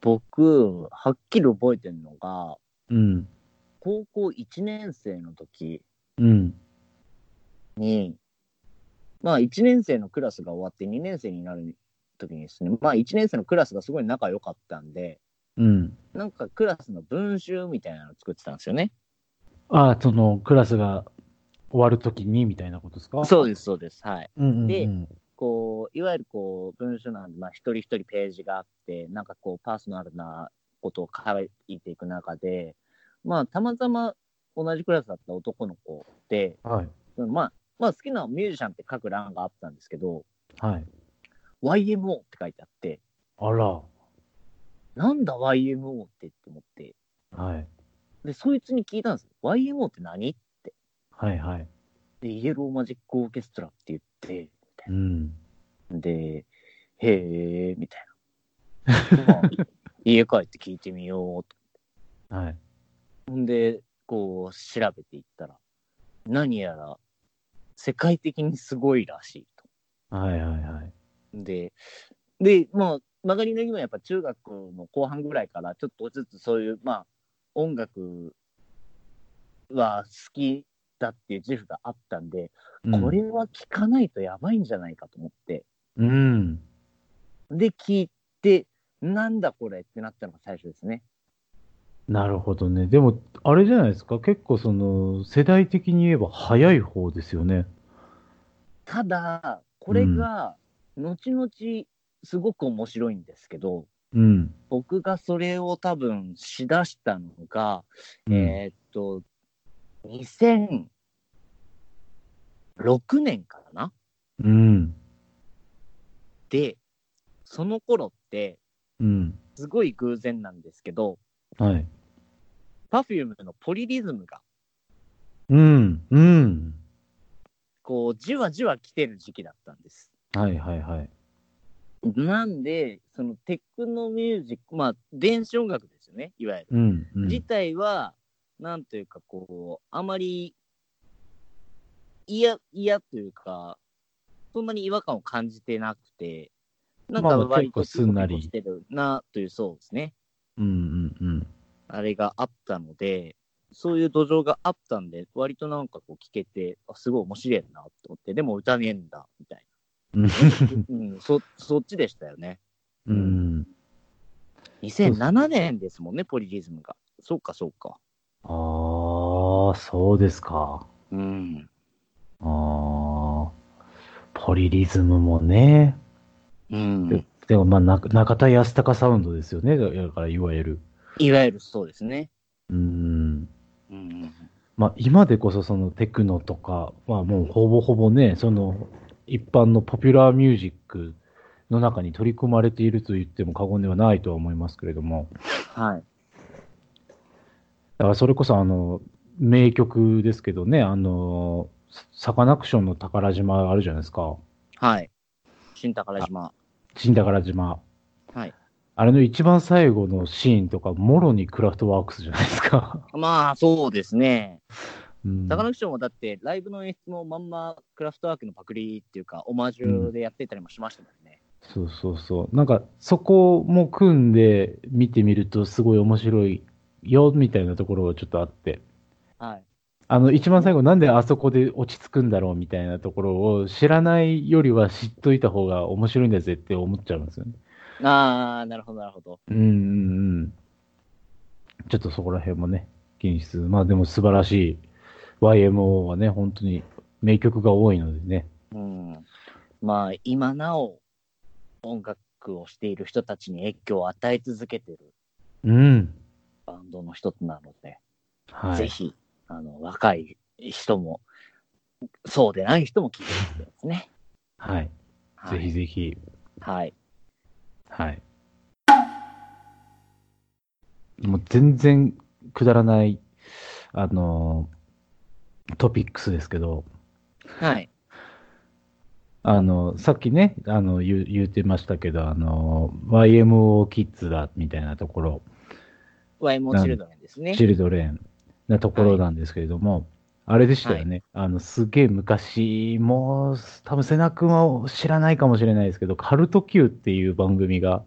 僕、はっきり覚えてるのが、
うん。
高校1年生の時
うん。
に、まあ1年生のクラスが終わって2年生になる時にですね、まあ1年生のクラスがすごい仲良かったんで、
うん。
なんかクラスの文集みたいなの作ってたんですよね。
ああ、その、クラスが終わるときにみたいなことですか
そうです、そうです。はい。
うんうんうん。
でこう、いわゆるこう、文章なんで、まあ、一人一人ページがあって、なんかこう、パーソナルなことを書いていく中で、まあ、たまたま同じクラスだった男の子で、
はい。
まあ、まあ、好きなミュージシャンって書く欄があったんですけど、
はい。
YMO って書いてあって、
あら。
なんだ YMO ってって思って、
はい。
で、そいつに聞いたんですよ。YMO って何
はいはい。
で、イエローマジックオーケストラって言って、
うん。
で、へえー、みたいな。まあ、家帰って聞いてみようと。
はい。
ほんで、こう、調べていったら、何やら、世界的にすごいらしい
はいはいはい。
と。で、で、まあ、曲がりの今やっぱ中学の後半ぐらいから、ちょっとずつそういう、まあ、音楽は好きだっていう自負があったんで、
うん
これは聞かないとやばいんじゃないかと思って、
うん。
で、聞いて、なんだこれってなったのが最初ですね。
なるほどね。でも、あれじゃないですか。結構その、世代的に言えば早い方ですよね。
ただ、これが、後々、すごく面白いんですけど、
うん。
僕がそれを多分しだしたのが、
え
えーっと、2006年かな
うん。
で、その頃って、
うん。
すごい偶然なんですけど、
はい。
Perfume のポリリズムが、
うん。うん。
こう、じわじわ来てる時期だったんです。
はいはいはい。
なんで、そのテクノミュージック、まあ、電子音楽ですよね、いわゆる。
うん。うん
自体は、なんというかこう、あまり嫌、嫌というか、そんなに違和感を感じてなくて、なんか
まあ
割と
結構すんなり
ピコピコしてるなという、そうですね。
うんうんうん。
あれがあったので、そういう土壌があったんで、割となんかこう聞けて、あすごい面白いなと思って、でも歌ねえんだ、みたい
うん
な。うん、そ、そっちでしたよね。
うん。
2007年ですもんね、ポリリズムが。そうか、そうか。
ああ、そうですか。
うん。
ああ、ポリリズムもね。
うん。
でも、まあ、な中田康隆サウンドですよね。だから、いわゆる。
いわゆるそうですね。
うん。
うん。
まあ、今でこそ、そのテクノとかはもうほぼほぼね、その、一般のポピュラーミュージックの中に取り込まれていると言っても過言ではないとは思いますけれども。
はい。
だからそれこそあの名曲ですけどね、あのサカナクションの宝島あるじゃないですか、
はい。新宝島。
新宝島。
はい
あれの一番最後のシーンとか、もろにクラフトワークスじゃないですか。
まあ、そうですね。
うん
サカナクションもだって、ライブの演出もまんまクラフトワークのパクリっていうか、オマージュでやってたりもしましたもんね。
そうそうそう。なんか、そこも組んで見てみると、すごい面白いよ、みたいなところはちょっとあって。
はい。
あの、一番最後、なんであそこで落ち着くんだろう、みたいなところを知らないよりは知っといた方が面白いんだぜって思っちゃうんですよね。
ああ、なるほど、なるほど。
うんうんうん。ちょっとそこら辺もね、気にしつつ、まあでも素晴らしい YMO はね、本当に名曲が多いのでね。
うん。まあ、今なお、音楽をしている人たちに影響を与え続けてる
うん。
バンドの一つなので、
は
ぜ
い。
ひ、あの、若い人も、そうでない人も聞いてほしいですね。
はい。
は
ぜひ
い。
ぜひ。
はい。
はい。もう全然くだらない、あのートピックスですけど、
はい。
あの、さっきね、あの、言う、言うてましたけど、あの、YMO キッズだ、みたいなところ、
YMO チルドレンですね。
チルドレンなところなんですけれども、あれでしたよね。あの、すげえ昔、もう、多分瀬名君は知らないかもしれないですけど、カルト Q っていう番組が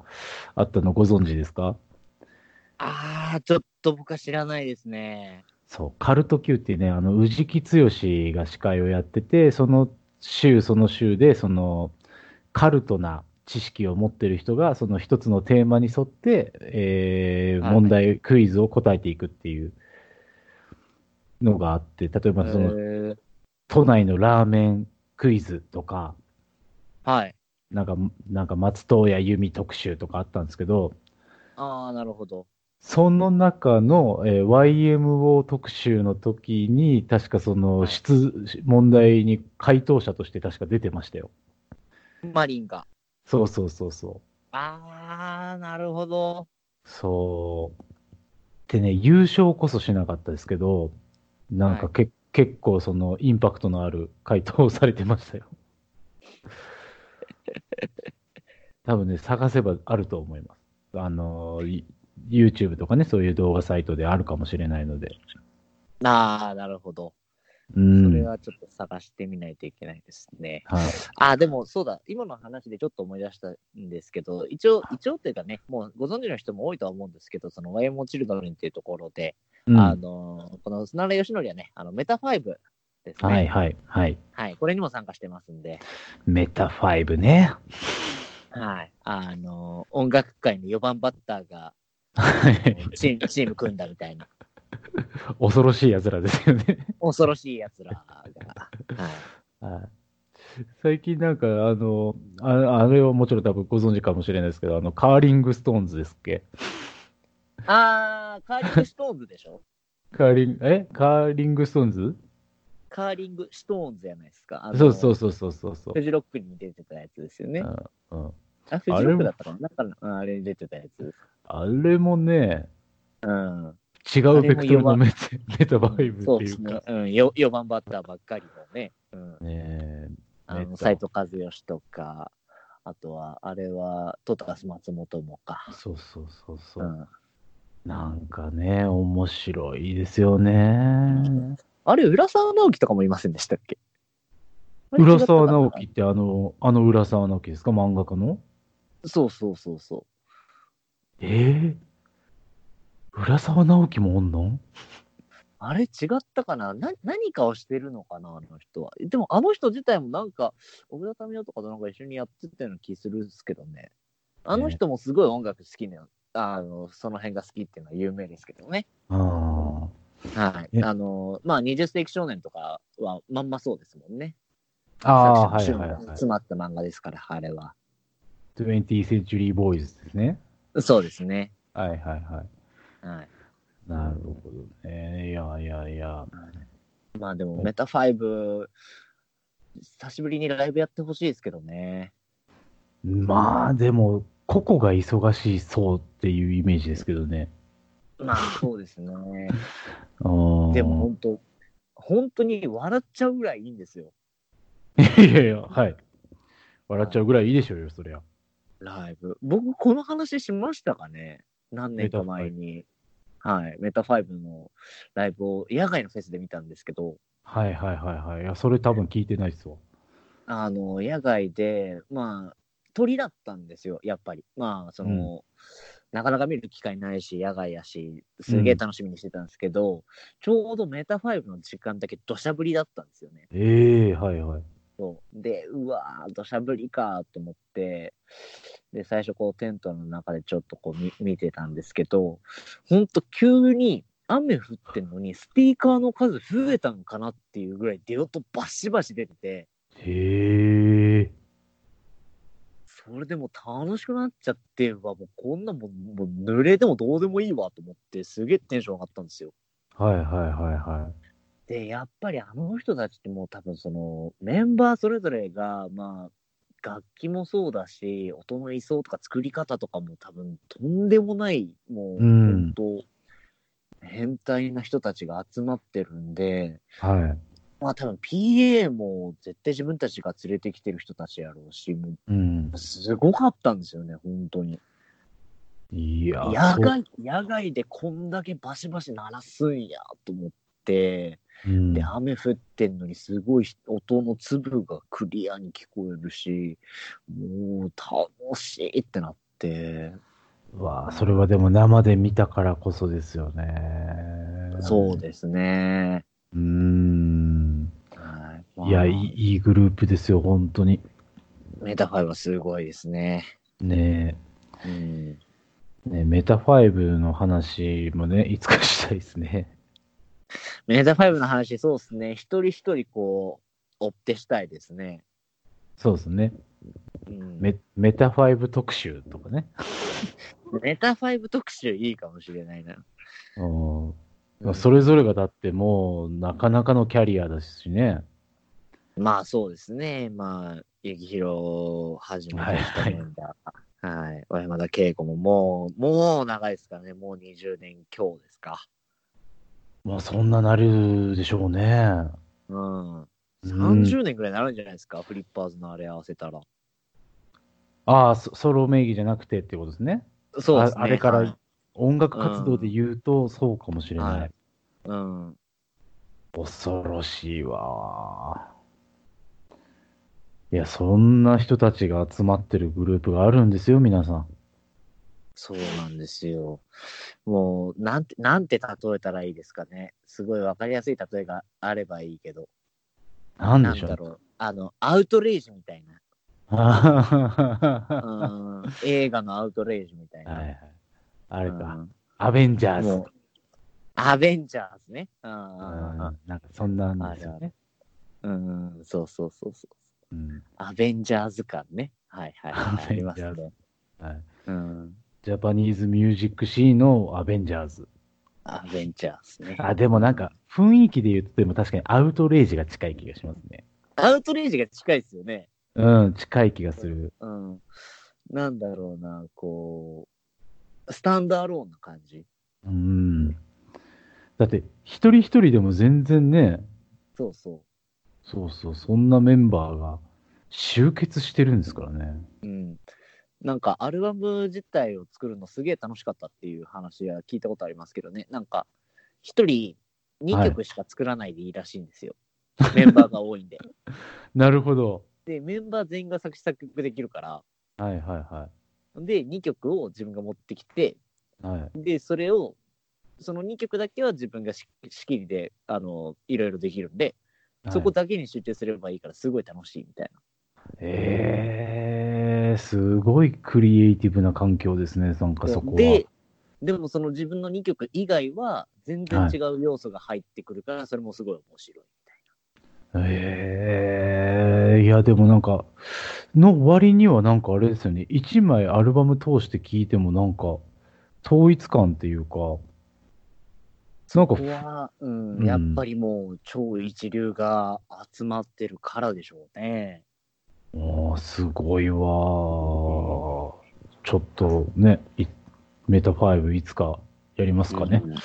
あったのご存知ですか
ああ、ちょっと僕は知らないですね。
そう、カルト Q ってね、あの、宇治木剛が司会をやってて、その週その週で、その、カルトな知識を持ってる人が、その一つのテーマに沿って、えー
はい
問題、クイズを答えていくっていうのがあって、例えばその、
へー
都内のラーメンクイズとか、
はい。
なんか、なんか松任谷由実特集とかあったんですけど、
ああ、なるほど。
その中の、えー YMO 特集の時に、確かその質、問題に回答者として確か出てましたよ。
マリンが。
そうそうそうそ
ああ、なるほど。
う。そう。でね、優勝こそしなかったですけど、なんかけ、結構そのインパクトのある回答をされてま したよ。多分ね、探せばあると思います。あの、い YouTube とかね、そういう動画サイトであるかもしれないので。
ああ、なるほど。
う
そ
ん。
れはちょっと探してみないといけないですね。
はい。
ああ、でもそうだ。今の話でちょっと思い出したんですけど、一応、一応っていうかね、もうご存知の人も多いとは思うんですけど、その YMO チルドレンっていうところで、
うん
あのーこの砂良義則はね、あのメタ5ですね。
はいはいはい。
はい。これにも参加してますんで。
メタ5ね。
はい。あの、音楽界の4番バッター がチームチーム組んだみたいな、
恐ろしい奴らですよね。
恐ろしい奴らが。はい、
最近なんか、あの、ああれはもちろん多分ご存知かもしれないですけど、あの、カーリングストーンズですっけ
あー、カーリングストーンズでしょ
カーリング、えカーリングストーンズ
カーリングストーンズじゃないですか。あの
そうそうそうそうそうそう
フ。ジロックに出てたやつですよね。
うん
あ、フジロックだったかななんかの、あれに出てたやつ。
あれもね、
うん。
違うベクトルのメタメタ5って
そうで
い
す
う
ね
か。。
うん、よ4番バッターばっかりのね。うん。
ねえ
あ
えっと
の、斎藤和義とか、あとは、あれは、トタス松本もか。
そうそうそうそうう。
ん。
なんかね、面白いですよね。
あれ、浦沢直樹とかもいませんでしたっけ
浦沢直。
あれ違
樹
っ
ってあの、あの浦沢直樹ですか漫画家の
たかなそうそうそうそ
ええ浦沢直樹もおん
う。
の
あれ違ったかなな何かをしてるのかなあの人は。でもあの人自体もなんか、小倉民生とかとなんか一緒にやってたような気するんですけどね。あの人もすごい音楽好きな、あの、その辺が好きっていうのは有名ですけどね。
あ
はい。
ね
あの、まあ、20世紀少年とかはまんまそうですもんね。
あ。ああ、は
作
い
者の
はい
趣味が
はい。
詰まった漫画ですから、あれは。
20th Century Boys ですね。
そうですね。
はいはいはい。
はい。
なるほどね。いやいやいや。
まあでも、メタ5、久しぶりにライブやってほしいですけどね。
まあ、でも、個々が忙しそうっていうイメージですけどね。
まあそうですね。
あー
でも 本当、本当に笑っちゃうぐらいいいんですよ。
いやいや、はい。笑っちゃうぐらいいいでしょうよ、そりゃ。
ライブ。僕、この話しましたかね何年か前に。はい。メタファイブのライブを野外のフェスで見たんですけど、
はいはいはいはい。いや、それ多分聞いてないっすわ。
あの、野外で、まあ、鳥だったんですよ、やっぱり。まあ、その、なかなか見る機会ないし、野外やし、すげえ楽しみにしてたんですけど、ちょうどメタファイブの時間だけ土砂降りだったんですよね。
ええはいはい。
そうで、うわー、土砂降りかと思って、で、最初、こう、テントの中でちょっとこう見、見てたんですけど、ほんと、急に雨降ってんのに、スピーカーの数増えたのかなっていうぐらい、出音バシバシ出てて、
へえ。
それでもう楽しくなっちゃって、うわ、もうこんなもん、もう濡れてもどうでもいいわと思って、すげえテンション上がったんですよ。
はいはいはいは
で、やっぱりあの人たちってもう多分そのメンバーそれぞれが、まあ、楽器もそうだし、音の位相とか作り方とかも多分とんでもない、もう、
うん
本当変態な人たちが集まってるんで、
い。はい。
まあ多分 PA も絶対自分たちが連れてきてる人たちやろうし、も
うん
う。すごかったんですよね、本当に。
い
野
や、そう
外、野外でこんだけバシバシ鳴らすんやと思って、
うん
で、雨降ってんのにすごい音の粒がクリアに聞こえるし、もう楽しいってなって、
わあそれはでも生で見たからこそですよね。
そうですね。
うーん。
はい
や、い
い。
いいいグループですよ、本当に。
メタファイはすごいですね。
ね
うん。
え、ねえメタファイブの話もね、 いつかしたいですね。
メタファイブの話、そうですね。一人一人こう、追ってしたいですね。
そうですね。
うん、メ
メメタファイブ特集とかね。
タファイブ特集いいかもしれないな。
うん
うん
それぞれがだってもう、なかなかのキャリアだしね。
まあそうですね。まあ、ゆきひろをはじめとしたメンバー。はい。小山田恵子ももう、もう長いですからね。もう20年強ですか。
まあ、そんななるでしょうね。
うん。
うん
30年ぐらいになるんじゃないですか。フリッパーズのあれ合わせたら。
ああ、そソロ名義じゃなくてってことですね。
そうですね。
ああれから
はい
音楽活動で言うと、そうかもしれない。
はいうん。
恐ろしいわ。いや、そんな人たちが集まってるグループがあるんですよ、皆さん。
そうなんですよ。もう、なんて、なんて例えたらいいですかね。すごいわかりやすい例えがあればいいけど。
なん
な
で
ん
しょ
だ
う。
ろう。あの、アウトレイジみたいな。
は
うん。映画のアウトレイジみたい
い
な。
はい。あれか
う、ん
アベンジャーズと
も
か
う、アベンジャーズね。うん
う
うん
んなんかそんなんですよね。
うん。うん、そうそうそうそう。
うん
アベンジャーズ感ね。はいはい。
ア
あ
ベン
り
ジャ
ま
ーズ
すね。
はい
うん。
ジャパニーズミュージックシーンのアベンジャーズ。
アベンジャーズね。
あ、でもなんか雰囲気で言っても確かにアウトレイジが近い気がしますね。
アウトレイジが近いですよね。
うん、近い気がする。
うん。なんだろうな、こう、スタンドアローンな感じ。
うん。だって一人一人でも全然ね、
そうそ
そうそう、そんなメンバーが集結してるんですからね。
う。うん。なんかアルバム自体を作るのすげえ楽しかったっていう話は聞いたことありますけどね。なんか、一人2曲しか作らないでいいらしいんですよ。メンバーが多いん で。
なるほど。
で、メンバー全員が作詞作曲できるから、
はいは
で、2曲を自分が持ってきて、
いはい。はい、
で、それを、その2曲だけは自分がし仕切りで、あの、いろいろできるんで、そこ
はい
だけに集中すればいいから、すごい楽しいみたい
えー、すごいクリエイティブな環境ですね、なんか
な。
そこは。
で、でもその自分の2曲以外は、全然
はい
違う要素が入ってくるから、それもすごい面白いみたい
ええいや、でもなんか、の割にはなんかあれですよね、一枚アルバム通して聴いてもなんか、統一感っていうか、なんか
な。こ、こは、う、
うんん
やっぱりもう、超一流が集まってるからでしょうね。
おーすごいわー。ちょっとね、いメタファイブいつかやりますかね、
うん。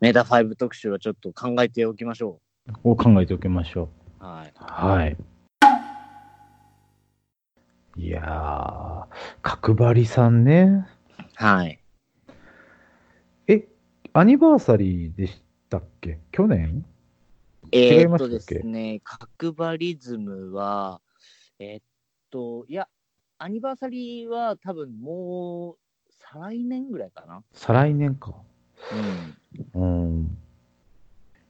メタ5特集はちょっと考えておきましょ
を考えておきましょう。
う。はい。
はい。いやー、角張りさんね。
はい。
え、アニバーサリーでしたっけ去年
え
違い
ー、
ま
っと
したっけ
ですね、角張リズムは、えーっと、いや、アニバーサリーは多分もう、再来年ぐらいかな。
再来年か。
うん。
うん。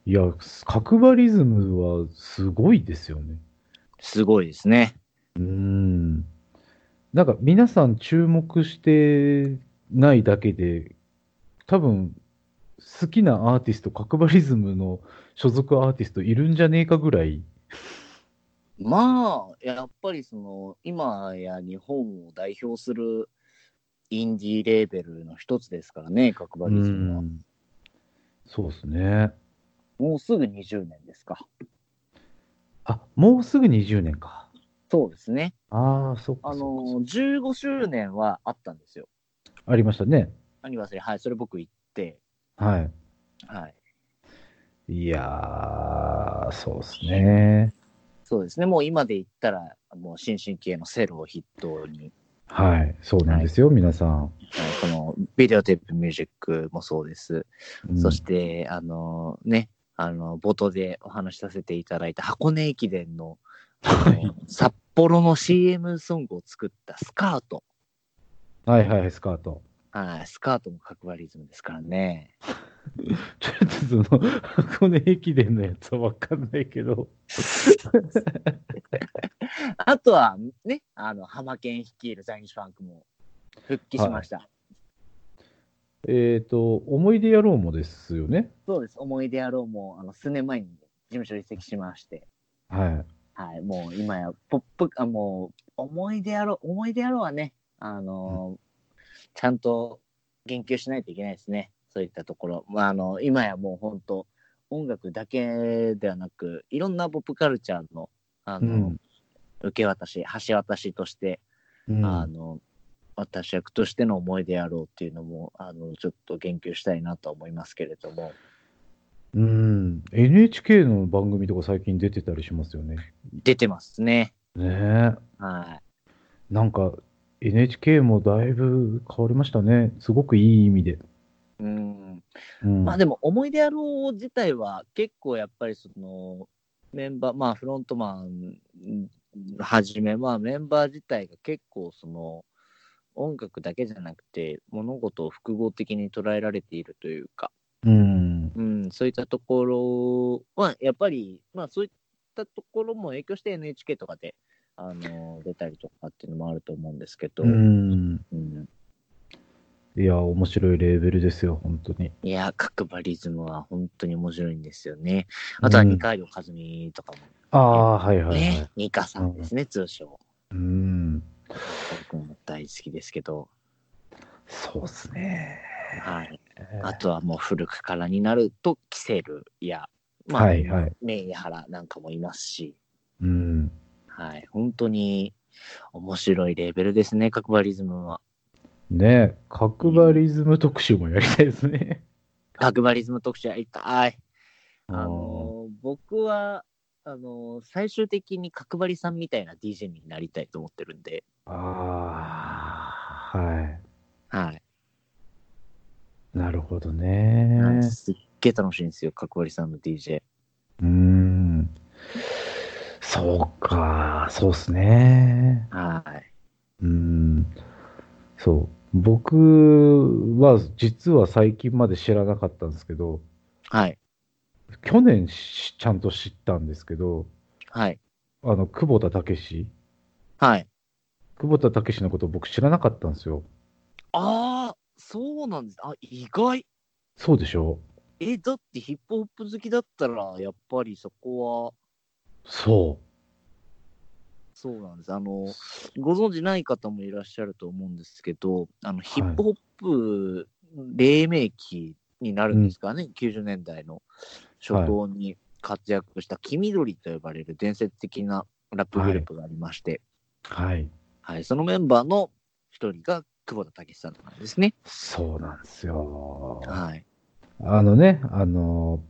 いや、角張リズムはすごいですよね。
すごいですね。
うん。なんか皆さん注目してないだけで、多分好きなアーティスト、角張リズムの所属アーティストいるんじゃねえかぐらい。
まあ、やっぱりその、今や日本を代表するインディーレーベルの一つですからね、角張リズムは。
うんそうですね。
もうすぐ20年ですか。
あ、もうすぐ20年か。
そうですね。
ああ、そっか
あ
そっかそっ
の、15周年はあったんですよ。
かありましたね。
アニバーサリー。はい、それ僕行って。
は
はい。
い。いやー、そうですね。
そうですね。もう今で言ったら、もう新進気鋭のセロを筆頭に、
はい、そうなんですよ、皆さん。
はいこのビデオテープミュージックもそうです。
うん
そして、あのね、あの、冒頭でお話しさせていただいた箱根駅伝の、あの札幌の CM ソングを作ったスカート。
はいはい、スカート。
はい、スカートも角張リズムですからね。
ちょっとその、箱根駅伝のやつはわかんないけど。
あとはね、あの、浜県率いる在日ファンクも復帰しました。
えっ、と、思い出野郎もですよね。
そうです。思い出野郎も、あの、数年前に事務所移籍しまして、
は
はい、もう今や、ポップ、あ、もう、思い出野郎、思い出野郎はね、あのーちゃんと言及しないといけないですね。そういったところ。まあ、あの、今やもう本当音楽だけではなく、いろんなポップカルチャーの、あ
い。
の、受け渡し、橋渡しとして、
うん
あの、私役としての思い出やろうっていうのも、あの、ちょっと言及したいなとは思いますけれども。
うん。NHK の番組とか最近出てたりしますよね。
出てますね。
ねえ。
は
なんか、NHK もだいぶ変わりましたね。すごくいい意味で。
い。うん。
うん、
まあでも、思い出やろう自体は結構やっぱりその、メンバー、まあフロントマンはじめ、まあメンバー自体が結構その、音楽だけじゃなくて、物事を複合的に捉えられているというか、
うん。
うん、そういったところは、やっぱり、まあそういったところも影響して NHK とかで、あの、出たりとかっていうのもあると思うんですけど、
うん。
うん
いや、面白いレーベルですよ、本当に。
いや、角張リズムは本当に面白いんですよね。あとは二階堂和美とか
ああ、はい
も
はいはい。
ね、二階さんですね、通称。
うん。
僕も大好きですけど、
そうっすね。
はい。あとはもう古くからになると、キセルや、まあ、
はいはい。
メイハラなんかもいますし、
うん。
はい、本当に面白いレーベルですね、角張リズムは。
ねえ、角張リズム特集もやりたいですね。
角張リズム特集やりたい。 あ
ー
のー僕は、あのー最終的に角張りさんみたいな DJ になりたいと思ってるんで、
あー、はい。
はい。
なるほど
は
ね
い。すっげえ楽しいんですよ、角張りさんの DJ。
うん。そうか、そうっすね。
はい。
うん。そう。僕は実は最近まで知らなかったんですけど、
はい。
去年しちゃんと知ったんですけど、
はい。
あの、久保田武史
はい。
久保田武史のこと僕知らなかったんですよ。
ああ、そうなんです。あ、意外。
そうでしょ
え、だってヒップホップ好きだったら、やっぱりそこは、
そ
そうなんです。あの、ご存知ない方もいらっしゃると思うんですけど、あの、ヒップホップ黎明期になるんですかね、90年代の初頭に活躍した黄緑と呼ばれる伝説的なラップグループがありまして、
う。はい。
はい、そのメンバーの一人が久保田武さんなんですね。
そうなんですよ。
はい。
あのね、あの、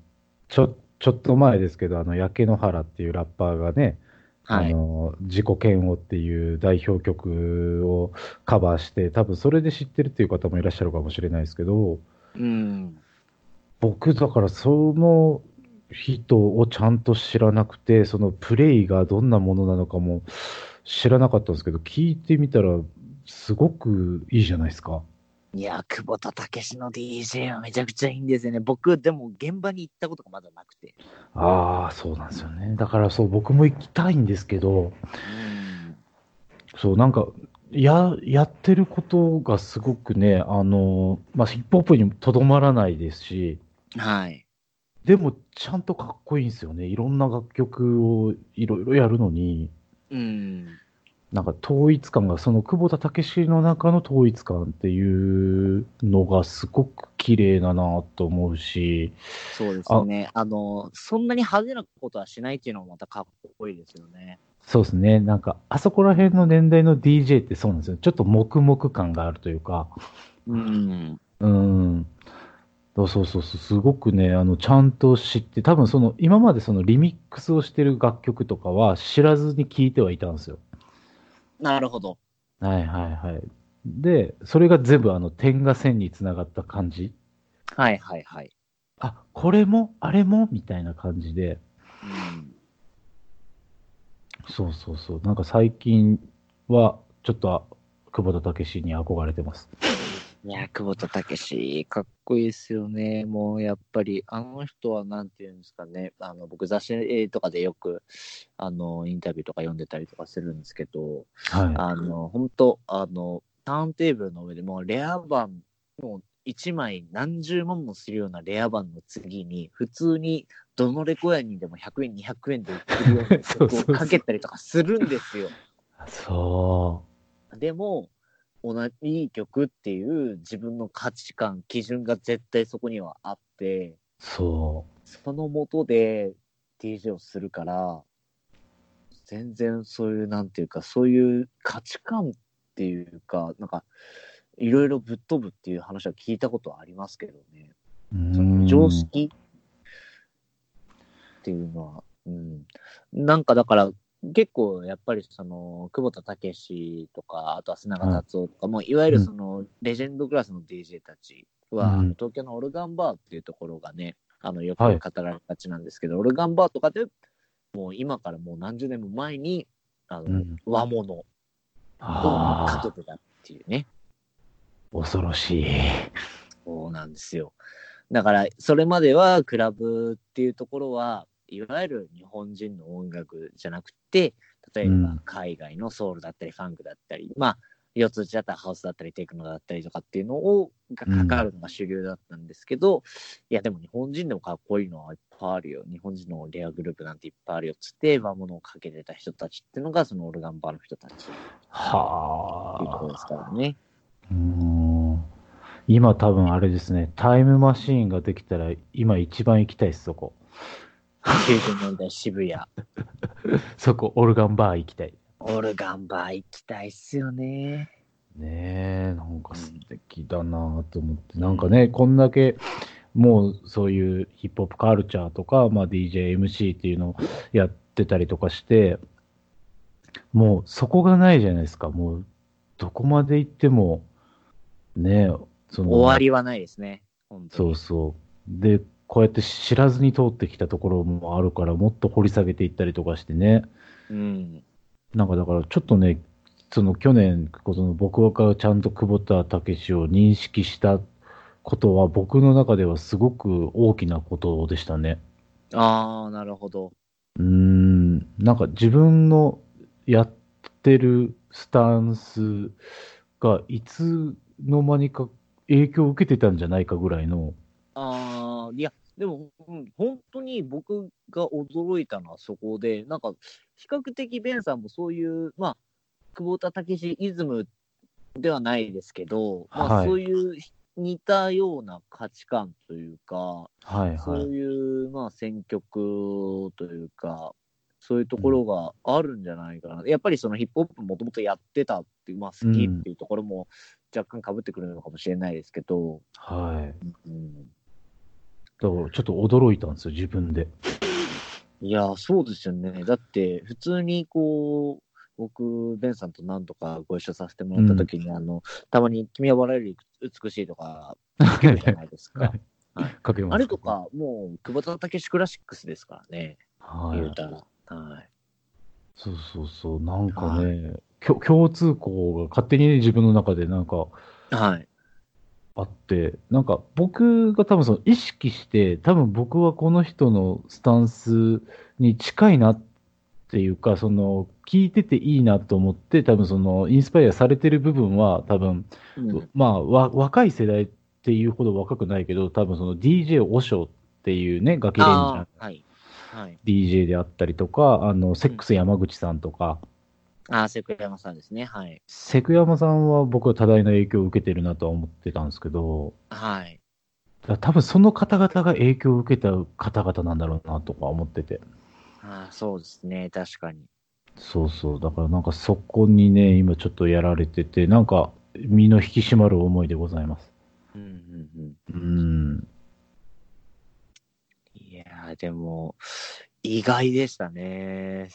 ちょ、ちょっと前ですけど、あの、焼け野原っていうラッパーがね、
は
あ
い。
の自己嫌悪っていう代表曲をカバーして多分それで知ってるっていう方もいらっしゃるかもしれないですけど
うん。
僕だからその人をちゃんと知らなくてそのプレイがどんなものなのかも知らなかったんですけど聞いてみたらすごくいいじゃないですか。
いや、久保田武史の DJ はめちゃくちゃいいんですよね。僕、でも現場に行ったことがまだなくて。
ああそうなんですよねだからそう僕も行きたいんですけど
うん。
そう、なんか、や、やってることがすごくね、あの、まあ、ヒップホップにもとどまらないですし、
はい。
でも、ちゃんとかっこいいんですよね。いろんな楽曲をいろいろやるのに、
うん。
なんか統一感が、その久保田武史の中の統一感っていうのがすごく綺麗だなと思うし、
そうですよねあ。の、そんなに派手なことはしないっていうのもまたかっこいいですよね。
そうですね。なんか、あそこら辺の年代の DJ ってそうなんですよ。ちょっと黙々感があるというか、
うん。
うん。そうそうそうそう、すごくね、あの、ちゃんと知って、多分その、今までそのリミックスをしてる楽曲とかは知らずに聴いてはいたんですよ。
なるほど。
はいはいはい。で、それが全部あの、点が線につながった感じ。
はいはいはい。
あ、これも、あれもみたいな感じで。
うん。
そうそうそう。なんか最近は、ちょっと、久保田武史に憧れてます。
いや、久保田武史、かっこいいですよね。もうやっぱり、あの人はなんていうんですかね。あの、僕雑誌とかでよく、あの、インタビューとか読んでたりとかするんですけど、
は
あの、本当あの、ターンテーブルの上でもうレア版の1枚何十万もするようなレア版の次に、普通にどのレコヤにでも100円、200円で売ってるような
そう
曲を
そうそう
かけたりとかするんですよ。
い。そ
でも、同じいい曲っていう自分の価値観、基準が絶対そこにはあって、
う。そ
そのもとで DJ をするから、全然そういう、なんていうか、そういう価値観っていうか、なんか、いろいろぶっ飛ぶっていう話は聞いたことはありますけどね。
う。うん
その常識っていうのは、うん。なんかだから、結構やっぱりその、久保田武史とか、あとは砂川達夫とか、もういわゆるその、レジェンドクラスの DJ たちは、
うん
あの東京のオルガンバーっていうところがね、あの、よく
はい
語られがちなんですけど、オルガンバーとかで、もう今からもう何十年も前に、あの、
うん
和物を
あ
か
あ
け。てたっていうね。
恐ろしい。
そうなんですよ。だから、それまではクラブっていうところは、いわゆる日本人の音楽じゃなくて、例え
う
ば
ん
海外のソウルだったり、ファンクだったり、まあ、四つ打ちだったらハウスだったり、テクノだったりとかっていうのを、が
うん
かかるのが主流だったんですけど、いや、でも日本人でもかっこいいのはいっぱいあるよ。日本人のレアグループなんていっぱいあるよっつって、和物をかけてた人たちっていうのが、そのオルガンバーの人たちっていうところ
は
ですからね。
あ。うん今多分あれですね、タイムマシーンができたら今一番行きたいです、そこ。
90年代渋谷。
そこ、オルガンバー行きたい。
オルガンバー行きたいっすよね。
ねえ、なんか素敵だなと思って、なんかね、こんだけ、もうそういうヒップホップカルチャーとか、まあ、DJ、MC っていうのをやってたりとかして、もうそこがないじゃないですか、もうどこまで行っても、ねえ、その
終わりはないですね。本当
そ
に
うそう。で、こうやって知らずに通ってきたところもあるから、もっと掘り下げていったりとかしてね。
うん。
なんかだから、ちょっとね、その去年、その僕がちゃんと久保田武史を認識したことは、僕の中ではすごく大きなことでしたね。
ああ、なるほど。
うーん、なんか自分のやってるスタンスが、いつの間にか影響を受けてたんじゃないかぐらいの、
ああ、いや、でも、うん本当に僕が驚いたのはそこで、なんか、比較的ベンさんもそういう、まあ、久保田武史イズムではないですけど、まあ、
はい
そういう似たような価値観というか、
はいは
そう
い。
いう、まあ、選曲というか、そういうところがあるんじゃないかな。やっぱりそのヒップホップもともとやってたっていう、まあ、好きっていうところも若干被ってくるのかもしれないですけど、
はい。
うん
だからちょっと驚いたんですよ、自分で。
いやー、そうですよね。だって、普通にこう、僕、ベンさんと何とかご一緒させてもらった時に、あの、たまに君は笑いより美しいとか、かけるじゃないです か。
かけます
あれと。か、もう、久保田武史クラシックスですからね、
は
言。
いう
たら。はい。
そうそうそう。なんかね、きょ共通項が勝手にね自分の中でなんか
はい。
あって、なんか僕が多分その意識して、多分僕はこの人のスタンスに近いなっていうか、その聞いてていいなと思って、多分そのインスパイアされてる部分は多分
うん
まあわ若い世代っていうほど若くないけど多分その DJ 和尚っていうねガキレンジャー
あーはい。はい。
DJ であったりとかあのセックス山口さんとか、
ああ、セクヤマさんですね。はい。
セクヤマさんは僕は多大な影響を受けてるなとは思ってたんですけど
はい。
だから多分その方々が影響を受けた方々なんだろうなとか思ってて
ああ、そうですね。確かに。
そうそうだからなんかそこにね今ちょっとやられててなんか身の引き締まる思いでございます
うんうんうん。
うん
いやー、でも、意外でしたね。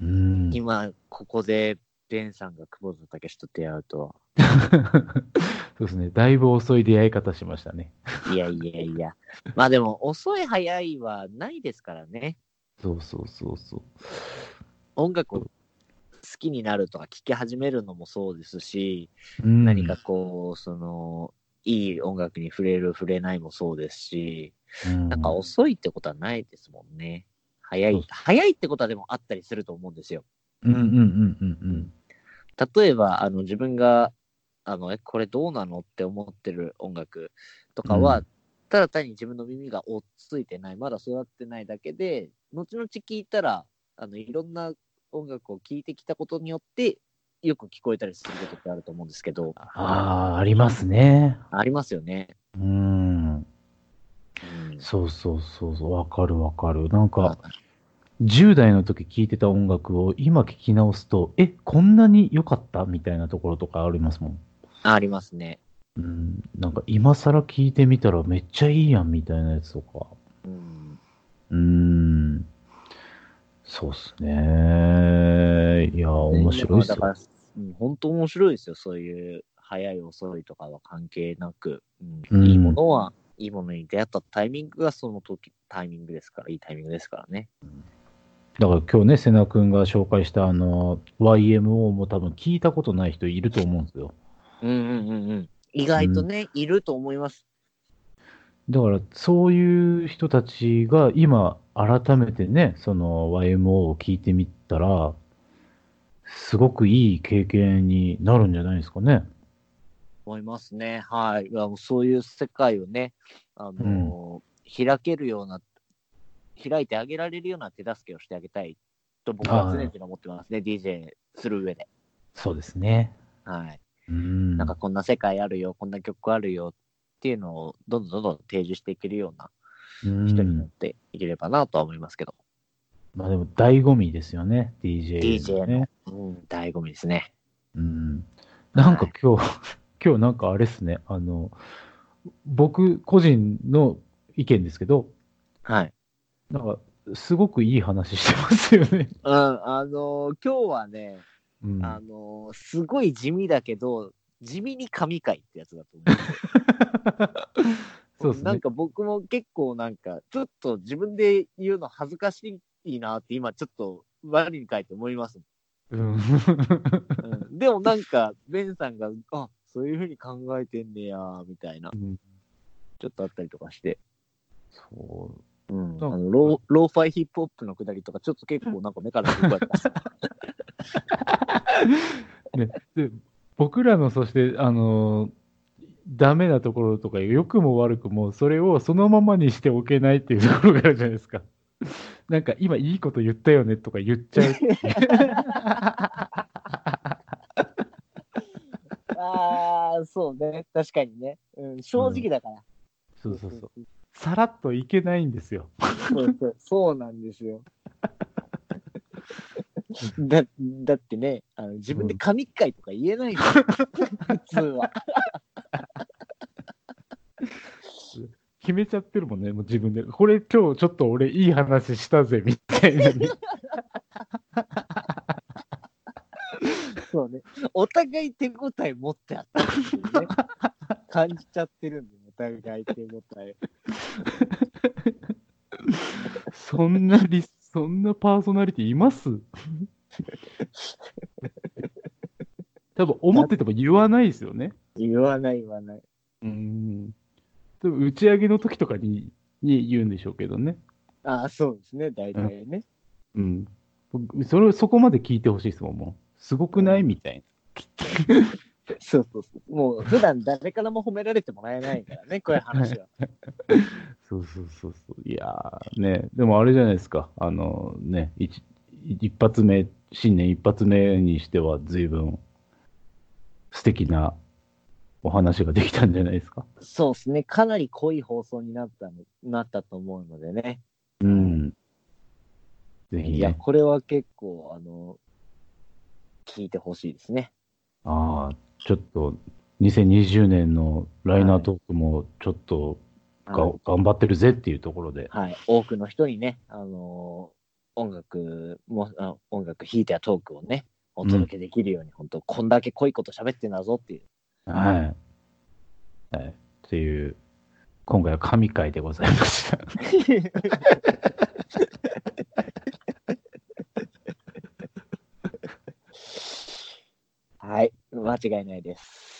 うん
今、ここで、ベンさんが久保田武史と出会うと
そうですね。だいぶ遅い出会い方しましたね。
は。いやいやいや。 まあでも、遅い早いはないですからね。
そうそうそうそう。
音楽を好きになるとか、聴き始めるのもそうですし、
うん
何か、こう、その、いい音楽に触れる、触れないもそうですし、なんか遅いってことはないですもんね。早
そう
い、早いってことはでもあったりすると思うんですよ。
うんうんうんうんうん。
例えば、あの、自分が、あの、え、これどうなのって思ってる音楽とかは、
うん
ただ単に自分の耳が追っついてない、まだ育ってないだけで、後々聞いたら、あの、いろんな音楽を聴いてきたことによって、よく聞こえたりすることってあると思うんですけど、
ああ、ありますね。
ありますよね。
うん。
うん
そうそうそうそう。わかるわかる。なん
は
か、10代の時聴いてた音楽を今聴き直すと、え、こんなに良かったみたいなところとかありますもん。
ありますね。
うん。なんか、今更聴いてみたらめっちゃいいやんみたいなやつとか。
うん。
うーんそうっすね。いや、面白いっす
だ
よ
から、うん、本当面白いですよ。そういう、早い遅いとかは関係なく、う、
うんん
いいものは、いいものに出会ったタイミングがその時、タイミングですから、いいタイミングですからね。
だから今日ね、瀬名くんが紹介したあの、YMO も多分聞いたことない人いると思うんですよ。
うんうんうんうん。意外とね、いると思います。
だから、そういう人たちが今、改めてね、その YMO を聞いてみたら、すごくいい経験になるんじゃないですかね。
思いますね。はい。いやもうそういう世界をね、あのー開けるような、開いてあげられるような手助けをしてあげたいと僕は常々思ってますね、DJ する上で。
そうですね。
はい。
うん。
なんかこんな世界あるよ、こんな曲あるよっていうのをどんどんどんどん提示していけるような
うん
人になっていければなとは思いますけど、
まあでも、醍醐味ですよね、DJ ね。
DJ のうん、醍醐味ですね。
うんなんか今日、 今日なんかあれですね、あの、僕個人の意見ですけど、
はい。
なんか、すごくいい話してますよね。
うん、あのー今日はね、
うん、
あのーすごい地味だけど、地味に神回ってやつだと思 う。
そうです
なん
ね。
か僕も結構なんか、ちょっと自分で言うの恥ずかしいなって今ちょっと我に書いて思います。
う
う
ん、
ん、でもなんか、ベンさんが、あ、そういうふうに考えてんねやー、みたいな、
うん
ちょっとあったりとかして、
そう
うん、
そう
あのローローファイヒップホップのくだりとか、ちょっと結構なんか目から出て た。
で僕らの、そして、あの、ダメなところとか、良くも悪くも、それをそのままにしておけないっていうところがあるじゃないですか。 なんか、今いいこと言ったよねとか言っちゃう。
ああ、そうね、確かにね。うん、正直だから。
そうそうそう。さらっといけないんですよ。
そうそうそうなんですよ。だだってねあの、自分で神回とか言えない んだよ、普通は。
決めちゃってるもんね、もう自分で。これ今日ちょっと俺いい話したぜ、みたいたいなね。
そうね。お互い手応え持ってあったっていうね。感じちゃってるんで、お互い手応え。
そんなリス、そんなパーソナリティいます
多分思ってても言わないですよね。
言わない言わない。
うん。多分打ち上げの時とかにに言うんでしょうけどね。
ああ、そうですね、大体ね。
うん。僕それそこまで聞いてほしいですもん、もう。すごくないみたい
そうそうそう。もう普段誰からも褒められてもらえないからね、こういう話は。
な。そうそうそうそう。いやー、ね、でもあれじゃないですか。あのね、一一発目、新年一発目にしては随分素敵なお話ができたんじゃないですか。
そうですね、かなり濃い放送になったのなったと思うのでね。
うん。ぜひ
いや、
ね。
これは結構、あの、聞いてほしいですね。
ああ、ちょっと、2020年のライナートークもちょっとが、
はい
頑張ってるぜっていうところで。
はい、多くの人にね、あのー音楽もあ、音楽弾いたトークをね、お届けできるように、本当、こんだけ濃いこと喋ってんだぞって いう。
はい。はい。っていう、今回は神回でございました。
はい、間違いないです。